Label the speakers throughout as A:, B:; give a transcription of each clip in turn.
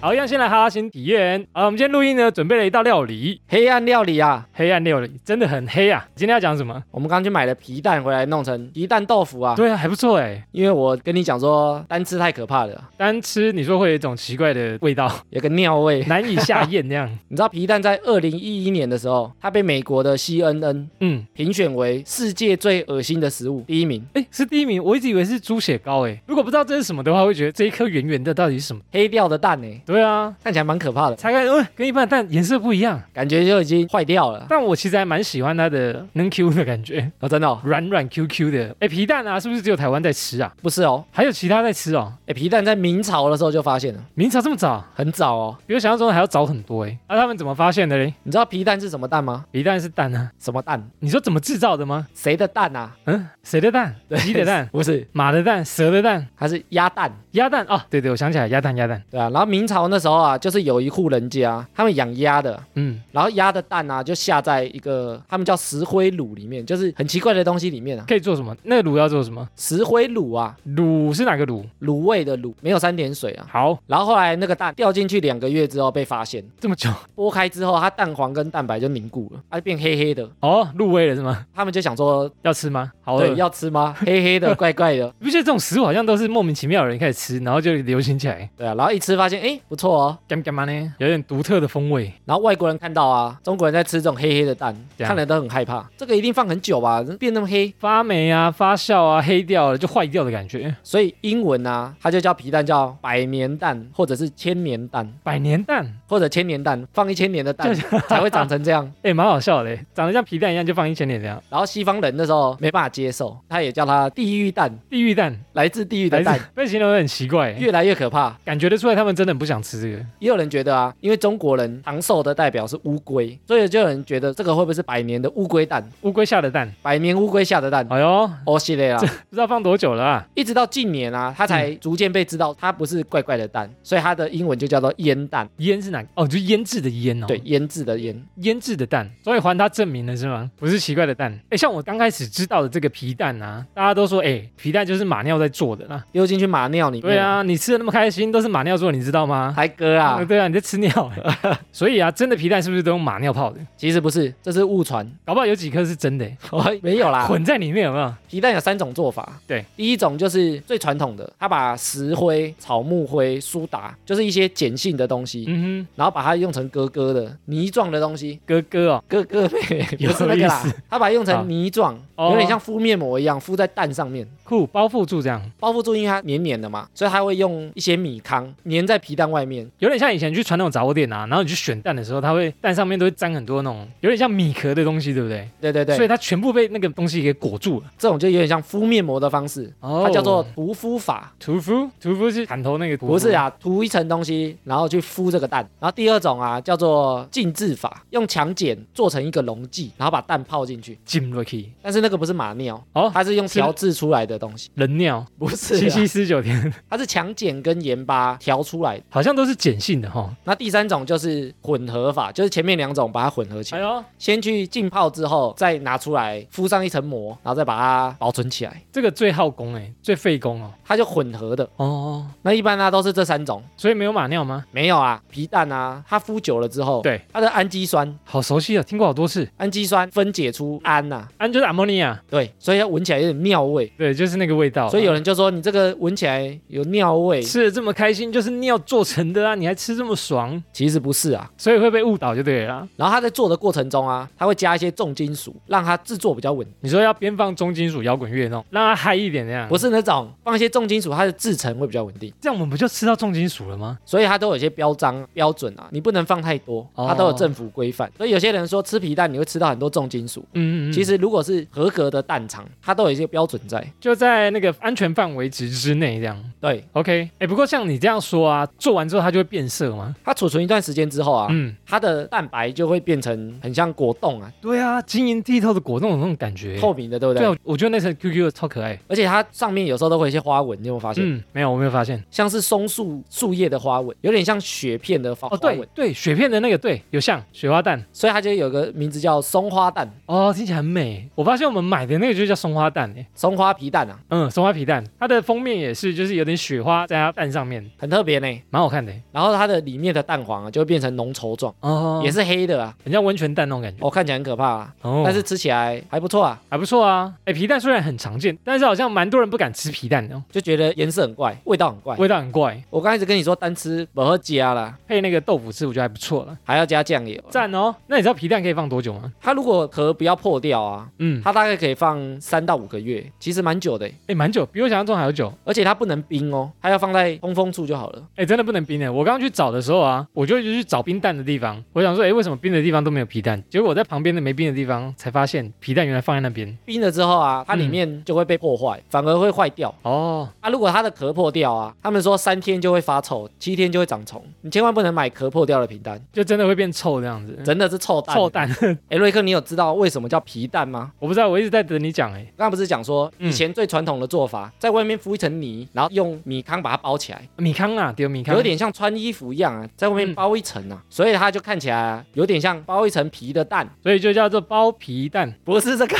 A: 好，一样先来哈拉新体验。好，我们今天录音呢，准备了一道料理，
B: 黑暗料理啊，
A: 黑暗料理，真的很黑啊。今天要讲什么？
B: 我们刚去买了皮蛋回来弄成皮蛋豆腐啊。
A: 对啊，还不错哎。
B: 因为我跟你讲说，单吃太可怕了，
A: 单吃你说会有一种奇怪的味 道，
B: 有个尿味。
A: 难以下咽那样。
B: 你知道皮蛋在二零一一年的时候，它被美国的 CNN
A: 嗯，
B: 评选为世界最恶心的食物第一名。
A: 哎，是第一名，我一直以为是猪血糕哎。如果不知道这是什么的话，会觉得这一颗圆圆的到底是什么？
B: 黑掉的蛋呢、欸
A: 对啊，
B: 看起来蛮可怕的，
A: 拆开，呃，跟一般的蛋颜色不一样。
B: 感觉就已经坏掉了。
A: 但我其实还蛮喜欢它的能 Q 的感觉，
B: 哦，真的、哦、
A: 软软 Q Q 的。哎，皮蛋啊，是不是只有台湾在吃啊？
B: 不是哦，
A: 还有其他在吃哦？
B: 哎，皮蛋在明朝的时候就发现了，
A: 明朝这么早，
B: 很早哦。
A: 比我想象中的还要早很多哎。那、他们怎么发现的嘞？
B: 你知道皮蛋是什么蛋吗？
A: 皮蛋是蛋啊？
B: 什么蛋？
A: 你说怎么制造的吗？
B: 谁的蛋啊？？
A: 嗯，谁的蛋？鸡的蛋
B: 不是，
A: 马的蛋？蛇的蛋？
B: 它是鸭蛋。
A: 鸭蛋哦，对对，我想起来，鸭蛋鸭蛋，
B: 对啊，然后明朝那时候啊，就是有一户人家，啊他们养鸭的，
A: 嗯，
B: 然后鸭的蛋啊就下在一个他们叫石灰炉里面，就是很奇怪的东西里面啊。
A: 可以做什么？那个卤要做什么？
B: 石灰炉啊，
A: 卤是哪个卤？
B: 卤味的卤，没有三点水啊。
A: 好，
B: 然后后来那个蛋掉进去两个月之后被发现，
A: 这么久
B: 剥开之后它蛋黄跟蛋白就凝固了，它就变黑黑的。
A: 哦，入味了是吗？
B: 他们就想说，
A: 要吃吗？好饿
B: 对，，要吃吗？黑黑的，怪怪的，
A: 你不觉得这种食物好像都是莫名其妙的人开始吃，然后就流行起来，
B: 对啊。然后一吃发现，哎，不错哦。
A: 干干嘛呢？有点独特的风味。
B: 然后外国人看到啊，中国人在吃这种黑黑的蛋，
A: 这样
B: 看了都很害怕。这个一定放很久吧，变那么黑。
A: 发霉啊，发酵啊，黑掉了就坏掉的感觉。
B: 所以英文啊，它就叫皮蛋叫百年蛋，或者是千年蛋，
A: 百年蛋，
B: 或者千年蛋，放一千年的蛋
A: 就
B: 才会长成这样。
A: 哎、蛮好笑的，长得像皮蛋一样，就放一千年这样。
B: 然后西方人那时候没办法接受，他也叫它地狱蛋，
A: 地狱蛋，
B: 来自地狱的
A: 来
B: 蛋，
A: 自被形容得很奇怪，
B: 越来越可怕。
A: 感觉得出来他们真的很不想吃这个。
B: 也有人觉得啊，因为中国人长寿的代表是乌龟，所以就有人觉得这个会不会是百年的乌龟蛋，
A: 乌龟下的蛋，
B: 百年乌龟下的蛋？
A: 哎呦，
B: 哦，系列啦，
A: 不知道放多久了啊？
B: 一直到近年啊，它才逐渐被知道它不是怪怪的蛋，所以它的英文就叫做腌蛋，
A: 腌是哪个？哦，就腌制的腌哦。
B: 对，，腌制的腌。
A: 腌制的蛋，所以还它证明了是吗？不是奇怪的蛋。哎，像我刚开始知道的这个皮蛋啊，大家都说，哎，皮蛋就是马尿在做的啦。
B: 丢进去马尿里面，
A: 对，啊，你吃的那么开心，都是马尿做，你知道吗？
B: 台哥啊
A: 啊，， 对啊，你在吃尿 欸，所以啊，真的皮蛋是不是都用马尿泡的？
B: 其实不是，这是误 传，哦
A: 搞不好有几颗是真的欸，
B: 没有啦。
A: 混在里面有没有？
B: 皮蛋有三种做法，
A: 对，
B: 第一种就是最传统的，它把石灰、草木灰、苏打，就是一些碱性的东西，
A: 嗯哼，
B: 然后把它用成疙疙的泥状的东西，
A: 哥哥哦，
B: 疙疙 不是那个啦，它把它用成泥状，
A: 哦
B: 有点像敷面膜一样敷在蛋上面。
A: 酷，包覆住这样，
B: 包覆住，因为它黏黏的嘛，所以它会用一些米糠粘在皮蛋外面。
A: 有点像以前去传统杂货店啊，然后你去选蛋的时候，它会蛋上面都会沾很多那种有点像米壳的东西，对不对？
B: 对对对，
A: 所以它全部被那个东西给裹住了。
B: 这种就有点像敷面膜的方式，
A: 哦
B: 它叫做涂敷法。
A: 屠夫，屠夫是砍头那个屠夫，
B: 不是啊，涂一层东西，然后去敷这个蛋。然后第二种啊，叫做浸渍法，用强碱做成一个溶剂，然后把蛋泡进去。
A: 进不去
B: 但是那个不是马尿，
A: 哦
B: 它是用
A: 是
B: 调制出来的东西，
A: 人尿，
B: 不是
A: 七
B: 啊、
A: 七四九天，
B: 它是强碱跟盐巴调出来的。
A: 好像都是碱性的哈。
B: 那第三种就是混合法，就是前面两种把它混合起
A: 哎
B: 来，
A: 呦，
B: 先去浸泡之后再拿出来敷上一层膜，然后再把它保存起来，
A: 这个最耗工哎、最费工哦。
B: 它就混合的。
A: 哦，
B: 那一般呢、都是这三种，
A: 所以没有马尿吗？
B: 没有啊，皮蛋啊，它敷久了之后，
A: 对，
B: 它的氨基酸
A: 好熟悉啊，听过好多次。
B: 氨基酸分解出氨呐、
A: 安就是 ammonia，
B: 对，所以它闻起来有点尿味，
A: 对，就是那个味道啊。
B: 所以有人就说你这个闻起来有尿味，
A: 吃的这么开心，就是尿做成的啊，你还吃这么爽，
B: 其实不是啊。
A: 所以会被误导就对了啦。
B: 然后它在做的过程中啊，它会加一些重金属，让它制作比较稳，
A: 你说要边放重金属摇滚乐那种，让它嗨一点那样，
B: 不
A: 是
B: 是那种放一些重金属，它的制成会比较稳定，
A: 这样我们不就吃到重金属了吗？
B: 所以它都有一些标章标准啊，你不能放太多，
A: 哦
B: 它都有政府规范。所以有些人说吃皮蛋你会吃到很多重金属，
A: 嗯嗯嗯，
B: 其实如果是合格的蛋厂，它都有一些标准在。
A: 就在那个安全范围值之内这样。
B: 对，
A: OK，哎，不过像你这样说啊，做完之后它就会变色吗？
B: 它储存一段时间之后啊，
A: 嗯，
B: 它的蛋白就会变成很像果冻啊，
A: 对啊，晶莹剔透的果冻有那种感觉。
B: 透明的，对不对？
A: 对啊，我觉得那层 QQ 的超可爱。
B: 而且它上面有时候都会有一些花纹，你有没有发现？
A: 嗯，没有，我没有发现。
B: 像是松树树叶的花纹，有点像雪片的花
A: 哦，
B: 花
A: 对
B: 纹，
A: 对，雪片的那个对，有像雪花蛋。
B: 所以它就有个名字叫松花蛋、
A: 哦，听起来很美。我发现我们买的那个就叫松花蛋诶，
B: 松花皮蛋啊，
A: 嗯，松花皮蛋，它的封面也是，就是有点雪花在它蛋上面，
B: 很特别呢。
A: 蛮好好看的欸
B: 然后它的里面的蛋黄啊就会变成浓稠状，
A: 哦，
B: 也是黑的啊，
A: 很像温泉蛋那种感觉。
B: 哦看起来很可怕啊，
A: 哦
B: 但是吃起来还不错啊，
A: 还不错啊。哎，皮蛋虽然很常见，但是好像蛮多人不敢吃皮蛋的哦，
B: 就觉得颜色很怪，味道很怪。
A: 味道很怪。
B: 我刚开始跟你说单吃不喝加啦，
A: 配那个豆腐吃，我觉得还不错了，
B: 还要加酱油。啊
A: 赞哦。那你知道皮蛋可以放多久吗？
B: 它如果壳不要破掉啊，
A: 嗯，
B: 它大概可以放三到五个月，其实蛮久的欸。
A: 哎，蛮久，比我想象中还要久。
B: 而且它不能冰哦，它要放在通风处就好了。
A: 哎，真的不能冰的。我刚刚去找的时候啊，我就一直去找冰蛋的地方，我想说，哎，为什么冰的地方都没有皮蛋？结果我在旁边的没冰的地方才发现皮蛋原来放在那边。
B: 冰了之后啊，它里
A: 嗯
B: 面就会被破坏，反而会坏掉
A: 哦，
B: 啊。如果它的壳破掉啊，他们说三天就会发臭，七天就会长虫。你千万不能买壳破掉的皮蛋，
A: 就真的会变臭这样子。
B: 真的是臭蛋。
A: 嗯臭蛋，
B: 哎，瑞克，你有知道为什么叫皮蛋吗？
A: 我不知道，我一直在等你讲哎、
B: 刚刚不是讲说
A: 嗯
B: 以前最传统的做法，在外面敷一层泥，然后用米糠把它包起来，
A: 米糠啊，丢米糠，
B: 有点像穿衣服一样啊，在外面
A: 嗯
B: 包一层啊，所以它就看起来啊有点像包一层皮的蛋，
A: 所以就叫做包皮蛋，
B: 不是这个，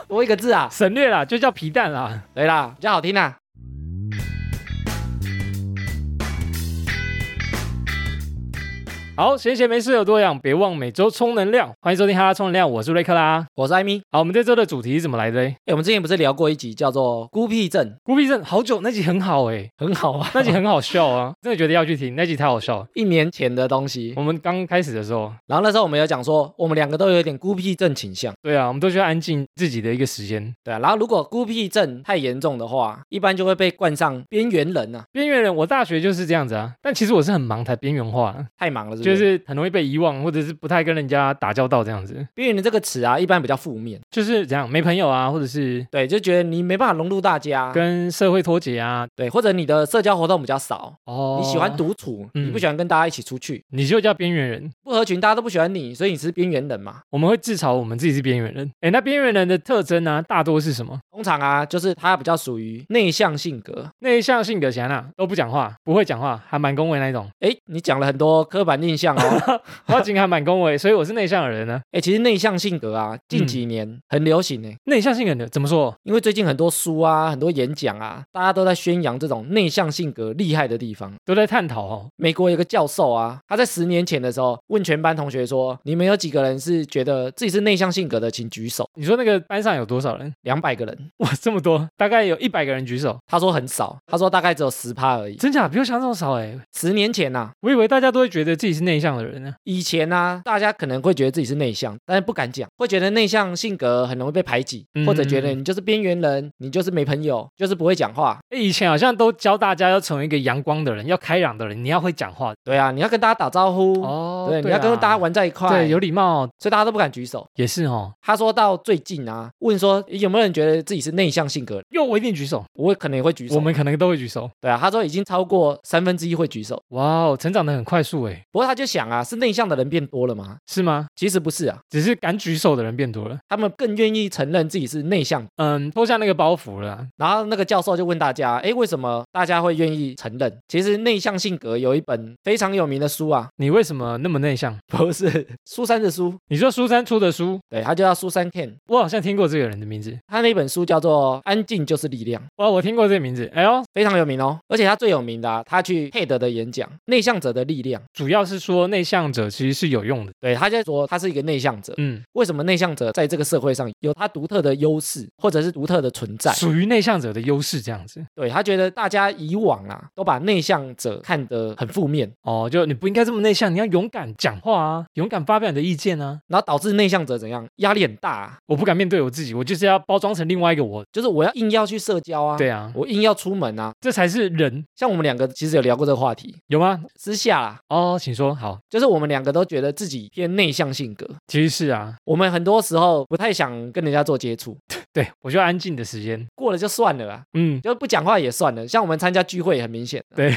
B: 多一个字啊，
A: 省略啦，就叫皮蛋啦。
B: 对啦，比较好听啊。
A: 好，闲闲没事有多养，别忘每周充能量。欢迎收听哈拉充能量，我是瑞克啦。
B: 我是艾米，
A: 好，我们这周的主题是怎么来的嘞？
B: 哎、我们之前不是聊过一集叫做孤僻症，
A: 孤僻症好久那集很好哎、
B: 很好 啊，
A: 那集很好笑啊，真的觉得要去听，那集太好笑 了。
B: 一年前的东西。
A: 我们刚开始的时候，
B: 然后那时候我们有讲说，我们两个都有一点孤僻症倾向，
A: 对啊，我们都需要安静自己的一个时间。
B: 对啊。然后如果孤僻症太严重的话，一般就会被冠上边缘人啊，
A: 边缘人，我大学就是这样子啊，但其实我是很忙才边缘化，
B: 太忙了是不，
A: 就是是很容易被遗忘，或者是不太跟人家打交道这样子，
B: 边缘人这个词啊，一般比较负面，
A: 就是怎样没朋友啊，或者是
B: 对，就觉得你没办法融入大家，
A: 跟社会脱节啊。
B: 对，或者你的社交活动比较少，
A: 哦
B: 你喜欢，独处，
A: 嗯
B: 你不喜欢跟大家一起出去，
A: 你就叫边缘人。
B: 不合群，大家都不喜欢你，所以你是边缘人嘛。
A: 我们会自嘲我们自己是边缘人。哎，那边缘人的特征呢、大多是什么？
B: 通常啊，就是他比较属于内向性格。
A: 内向性格强啊，都不讲话，不会讲话，还蛮恭维那一种。
B: 哎，你讲了很多刻板印象哦。
A: 我景还蛮恭维，所以我是内向的人呢、
B: 哎，其实内向性格啊，近几年很流行呢，
A: 内向性格的怎么说？
B: 因为最近很多书啊、很多演讲啊，大家都在宣扬这种内向性格厉害的地方。
A: 都在探讨哦。
B: 美国有个教授啊，他在十年前的时候问全班同学说：“你们有几个人是觉得自己是内向性格的，请举手。
A: 你说那个班上有多少人？”
B: 两百个人，
A: 哇，这么多，大概有一百个人举手，
B: 他说很少，他说大概只有十趴而已。
A: 真假？比我想象中少哎。
B: 十年前呐、啊
A: 我以为大家都会觉得自己是内向的人呢、
B: 以前呢、大家可能会觉得自己是内向，但是不敢讲，会觉得内向性格很容易被排挤，
A: 嗯
B: 或者觉得你就是边缘人，你就是没朋友，就是不会讲话。
A: 诶以前好像都教大家要成为一个阳光的人，要开朗的人，你要会讲话。
B: 对啊，你要跟大家打招呼，
A: 哦
B: 对，你要跟大家玩在一块，
A: 对，有礼貌
B: 所以大家都不敢举手。
A: 也是哦。
B: 他说到最近啊，问说有没有人觉得自己是内向性格，
A: 哟，我一定举手，
B: 我可能也会举手。
A: 我们可能都会举手。
B: 对啊，他说已经超过三分之一会举手。
A: 哇哦，成长的很快速诶，
B: 不过他就想啊，是内向的人变多了吗？
A: 是吗？
B: 其实不是啊，
A: 只是敢举手的人变多了，
B: 他们更愿意承认自己是内向。
A: 嗯，脱下那个包袱了啊。
B: 然后那个教授就问大家，哎，为什么大家会愿意承认？其实内向性格有一本非常有名的书啊，
A: 你为什么那么内向？
B: 不是苏珊的书，
A: 你说苏珊出的书，
B: 对，他就叫苏珊 Ken，
A: 我好像听过这个人的名字。
B: 他那本书叫做《安静就是力量》，
A: 哇，我听过这个名字。哎呦，
B: 非常有名哦。而且他最有名的、啊，他去佩德的演讲《内向者的力量》，
A: 主要是说内向者其实是有用的。
B: 对，他就说他是一个内向者。
A: 嗯，
B: 为什么内向者在这个社会上有他独特的优势，或者是独特的存在？
A: 属于内向者的优势这样子。
B: 对他觉得大家以往啊，都把内向者看得很负面，
A: 哦，就你不应该这么内向，你要勇敢讲话啊，勇敢发表你的意见啊。
B: 然后导致内向者怎样压力很大、啊，
A: 我不敢面对我自己，我就是要包装成另外一个我。
B: 就是我要硬要去社交啊，
A: 对啊，
B: 我硬要出门啊。
A: 这才是人，
B: 像我们两个其实有聊过这个话题，
A: 有吗？
B: 私下啦，
A: 哦，请说。好，
B: 就是我们两个都觉得自己偏内向性格，
A: 其实是啊，
B: 我们很多时候不太想跟人家做接触，
A: 对我需要安静的时间。
B: 过了就算了啦，
A: 嗯，
B: 就不讲话也算了。像我们参加聚会也很明显，啊
A: 对，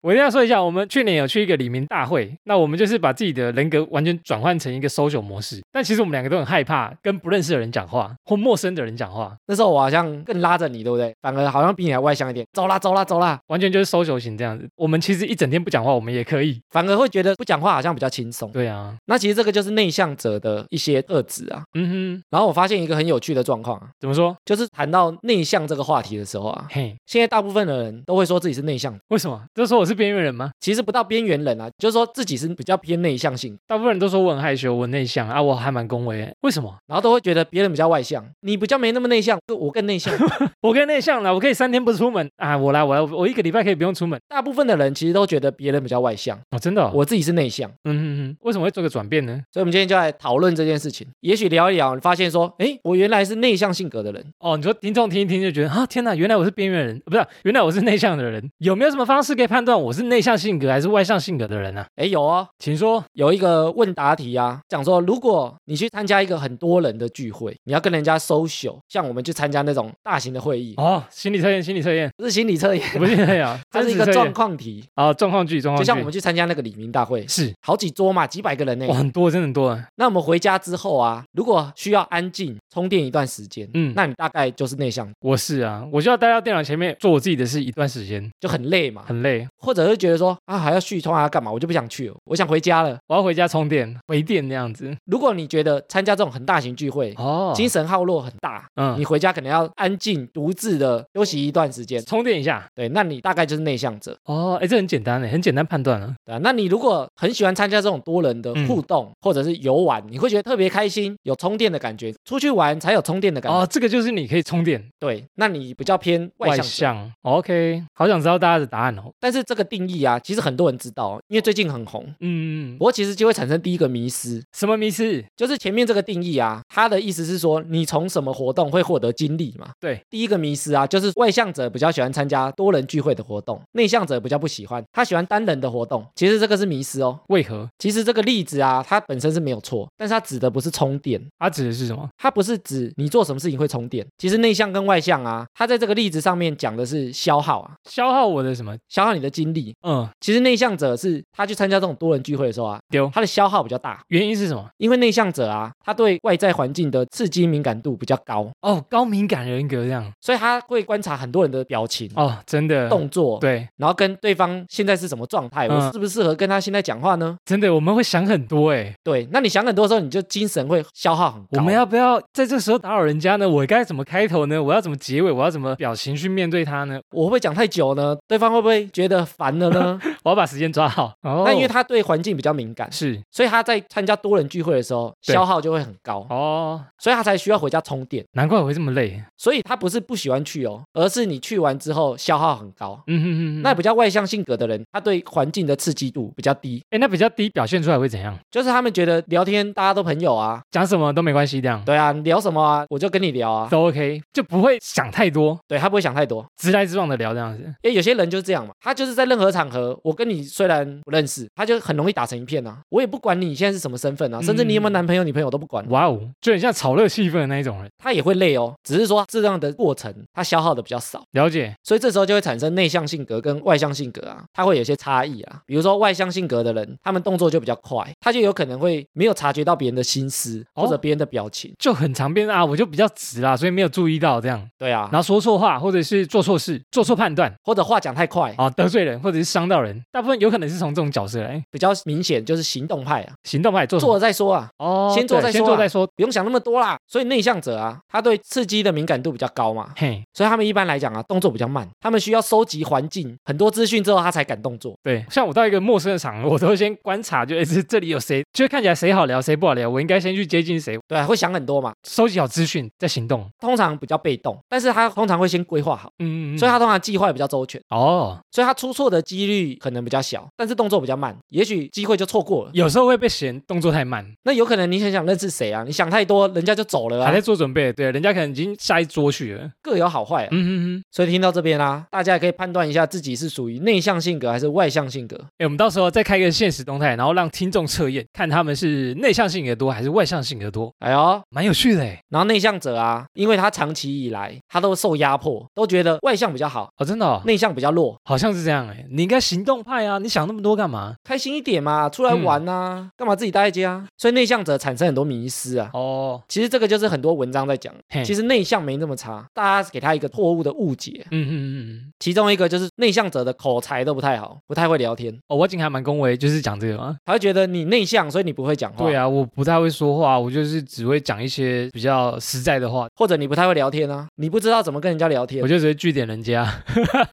A: 我一定要说一下，我们去年有去一个李明大会，那我们就是把自己的人格完全转换成一个 social 模式。但其实我们两个都很害怕跟不认识的人讲话或陌生的人讲话，
B: 那时候我好像更拉着你，对不对？反而好像比你还外向一点，走啦走啦走啦，
A: 完全就是 social 型这样子。我们其实一整天不讲话，我们也可以。
B: 反而会觉得不讲话好像比较轻松。
A: 对啊，
B: 那其实这个就是内向者的一些特质啊。
A: 嗯哼，
B: 然后我发现一个很有趣的状况，况啊，
A: 怎么说？
B: 就是谈到内向这个话题的时候啊，
A: 嘿，
B: 现在大部分的人都会说自己是内向，
A: 为什么？都说我是边缘人吗？
B: 其实不到边缘人啊，就是说自己是比较偏内向性，
A: 大部分人都说我很害羞，我很内向啊，我还蛮恭维的。为什么？
B: 然后都会觉得别人比较外向，你比较没那么内向，我更内向。
A: 我更内向了，我可以三天不出门啊！我来，我来，我我一个礼拜可以不用出门
B: 大部分的人其实都觉得别人比较外向，
A: 哦，真的、哦。
B: 我自己是内向，
A: 嗯嗯嗯，为什么会做个转变呢？
B: 所以我们今天就来讨论这件事情。也许聊一聊，你发现说，诶，我原来是内向性格的人，
A: 哦，你说听众听一听就觉得啊，天哪，原来我是边缘人，呃不是，原来我是内向的人。有没有什么方式可以判断我是内向性格还是外向性格的人啊？
B: 诶，有哦，
A: 请说。
B: 有一个问答题啊，讲说如果你去参加一个很多人的聚会，你要跟人家 social，像我们去参加那种大型的会议，
A: 哦，心理测验，心理测验，
B: 不是心理测验，
A: 不是这样，
B: 它
A: 真
B: 是
A: 实
B: 一个
A: 测
B: 状
A: 验。
B: 况题，
A: 啊，状况剧，状况
B: 就
A: 剧，
B: 像我们去参加那个李明大会，
A: 是
B: 好几桌嘛，几百个人呢、
A: 哇，很多，真的很多啊。
B: 那我们回家之后啊，如果需要安静充电一段时间，
A: 嗯
B: 那你大概就是内向，
A: 我是啊，我就要待到电脑前面做我自己的事一段时间，
B: 就很累嘛，
A: 很累，
B: 或者是觉得说啊还要续通啊干嘛，我就不想去了，我想回家了。
A: 我要回家充电、回电那样子。
B: 如果你觉得参加这种很大型聚会，
A: 哦，
B: 精神耗落很大，
A: 嗯
B: 你，回家可能要安静独自的休息一段时间，
A: 充电一下。
B: 对，那你大概就是内向者，
A: 哦，哎，这很简单诶，很简单判断了。
B: 对、啊、那你如果很喜欢参加这种多人的
A: 嗯
B: 互动、或者是游玩，你会觉得特别开心，有充电的感觉，出去玩才有充电的感觉，
A: 哦，这个就是你可以充电，
B: 对，那你比较偏外向者。
A: 向。OK，好想知道大家的答案哦。
B: 但是这个定义啊，其实很多人知道，因为最近很红。
A: 嗯，嗯嗯
B: 不过其实就会产生第一个迷失，
A: 什么迷思？
B: 就是前面这个定义啊，它的意思是说你从什么活动会获得精力嘛？
A: 对，
B: 第一个迷失啊，就是外向者比较喜欢参加多人聚会的活动，内向者比较不喜欢，他喜欢单人的活动。其实这个是迷失哦。
A: 为何？
B: 其实这个例子啊，它本身是没有错，但是它指的不是充电，
A: 它指的是什么？
B: 它不是指你做什么事情会充电。其实内向跟外向啊，它在这个例子上面讲的是消耗啊，
A: 消耗我的什么？
B: 消耗你的精力，
A: 嗯，
B: 其实内向者是他去参加这种多人聚会的时候啊，
A: 丢。
B: 他的消耗比较大，
A: 原因是什么？
B: 因为内向者啊，他对外在环境的刺激敏感度比较高，
A: 哦，高敏感人格这样。
B: 所以他会观察很多人的表情、
A: 哦，真的。
B: 动作，
A: 对，
B: 然后跟对方现在是什么状态，
A: 嗯
B: 我适不适合跟他现在讲话呢？
A: 真的，我们会想很多欸诶。
B: 对，那你想很多的时候，你就精神会消耗很高。
A: 我们要不要在这时候打扰人家呢？我该怎么开头呢？我要怎么结尾？我要怎么表情去面对他呢？
B: 我会不会讲太久呢？对方会不会觉得烦 了呢？
A: 我要把时间抓好。哦，
B: 那因为他对环境比较敏感，
A: 是
B: 所以他在参加多人聚会的时候
A: 对
B: 消耗就会很高，
A: 哦，
B: 所以他才需要回家充电。
A: 难怪我会这么累。
B: 所以他不是不喜欢去哦，而是你去完之后消耗很高。
A: 嗯哼哼哼，
B: 那比较外向性格的人，他对环境的刺激度比较低，
A: 哎，那比较低表现出来会怎样？
B: 就是他们觉得聊天大家都朋友啊，
A: 讲什么都没关系，这样
B: 对啊，你聊什么啊，我就跟你聊 啊，
A: 都 OK，就不会想太多，
B: 对他不会想太多。
A: 直来直往的聊这样子。
B: 因为有些人就是这样嘛，他就是在任何场合，我跟你虽然不认识，他就很容易打成一片啊，我也不管你现在是什么身份啊，甚至你有没有男朋友、女朋友我都不管，
A: 哇哦，就很像炒热气氛的那一种人。
B: 他也会累哦，只是说这样的过程他消耗的比较少。
A: 了解，
B: 所以这时候就会产生内向性格跟外向性格啊，它会有一些差异啊。比如说外向性格的人，他们动作就比较快，他就有可能会没有察觉到别人的心思
A: 哦
B: 或者别人的表情。
A: 就很常变啊，我就比较直啦，所以没有注意到这样，
B: 对啊
A: 然，后说错话或者是做错事、做错判断
B: 或者话讲太快，
A: 啊，得罪人或者是伤到人，大部分有可能是从这种角色来，
B: 比较明显就是行动派啊，
A: 行动派做什么
B: 做了再说啊，
A: 哦，
B: 先做
A: 对
B: 再
A: 先
B: 说
A: 做
B: 啊
A: 再说。
B: 不用想那么多啦。所以内向者啊，他对刺激的敏感度比较高嘛，
A: 嘿，
B: 所以他们一般来讲啊，动作比较慢，他们需要收集环境很多资讯之后，他才敢动作。
A: 对，像我到一个陌生的场合，我都会先观察，就哎这这里有谁，就看起来谁好聊，谁不好聊，我应该先去接近谁，
B: 对啊，会想很多嘛，
A: 收集好资讯再行动。
B: 通常比较被动，但是他通常会先规划好，
A: 嗯，嗯嗯
B: 所以他通常计划也比较周全。
A: 哦，
B: 所以他出错的几率可能比较小，但是动作比较慢，也许机会就错过了。
A: 有时候会被嫌动作太慢，
B: 那有可能你很想认识谁啊？你想太多，人家就走了
A: 还
B: 啊
A: 在。做准备，对，人家可能已经下一桌去了。
B: 各有好坏、啊，
A: 嗯嗯嗯，
B: 所以听到这边啊，大家也可以判断一下自己是属于内向性格还是外向性格。
A: 哎，我们到时候再开一个现实动态，然后让听众测验，看他们是内向性格多还是外向性格多，
B: 哎呦，
A: 蛮有趣的哎。
B: 然后内向者啊，因为他长期以来他都受压迫，都觉得外向比较好，
A: 哦，真的、哦，
B: 内向比较弱，
A: 好像是这样哎。你应该行动派啊，你想那么多干嘛？
B: 开心一点嘛，
A: 嗯
B: 出来玩呐、干嘛自己待在家？所以内向者产生很多迷失啊。
A: 哦，
B: 其实这个就是很多文章在讲
A: 嘿，
B: 其实内向没那么差，大家给他一个错误的误解。
A: 嗯嗯嗯嗯，
B: 其中一个就是内向者的口才都不太好，不太会聊天，
A: 哦，我今天还蛮恭维，就是讲这个嘛。
B: 他会觉得你内向，所以你不会讲话，
A: 对啊，我不太会说话，我就是只会讲一些比较实在的话，
B: 或者你不太会聊天啊，你不知道怎么跟人家聊天
A: 我。就直接据点人家。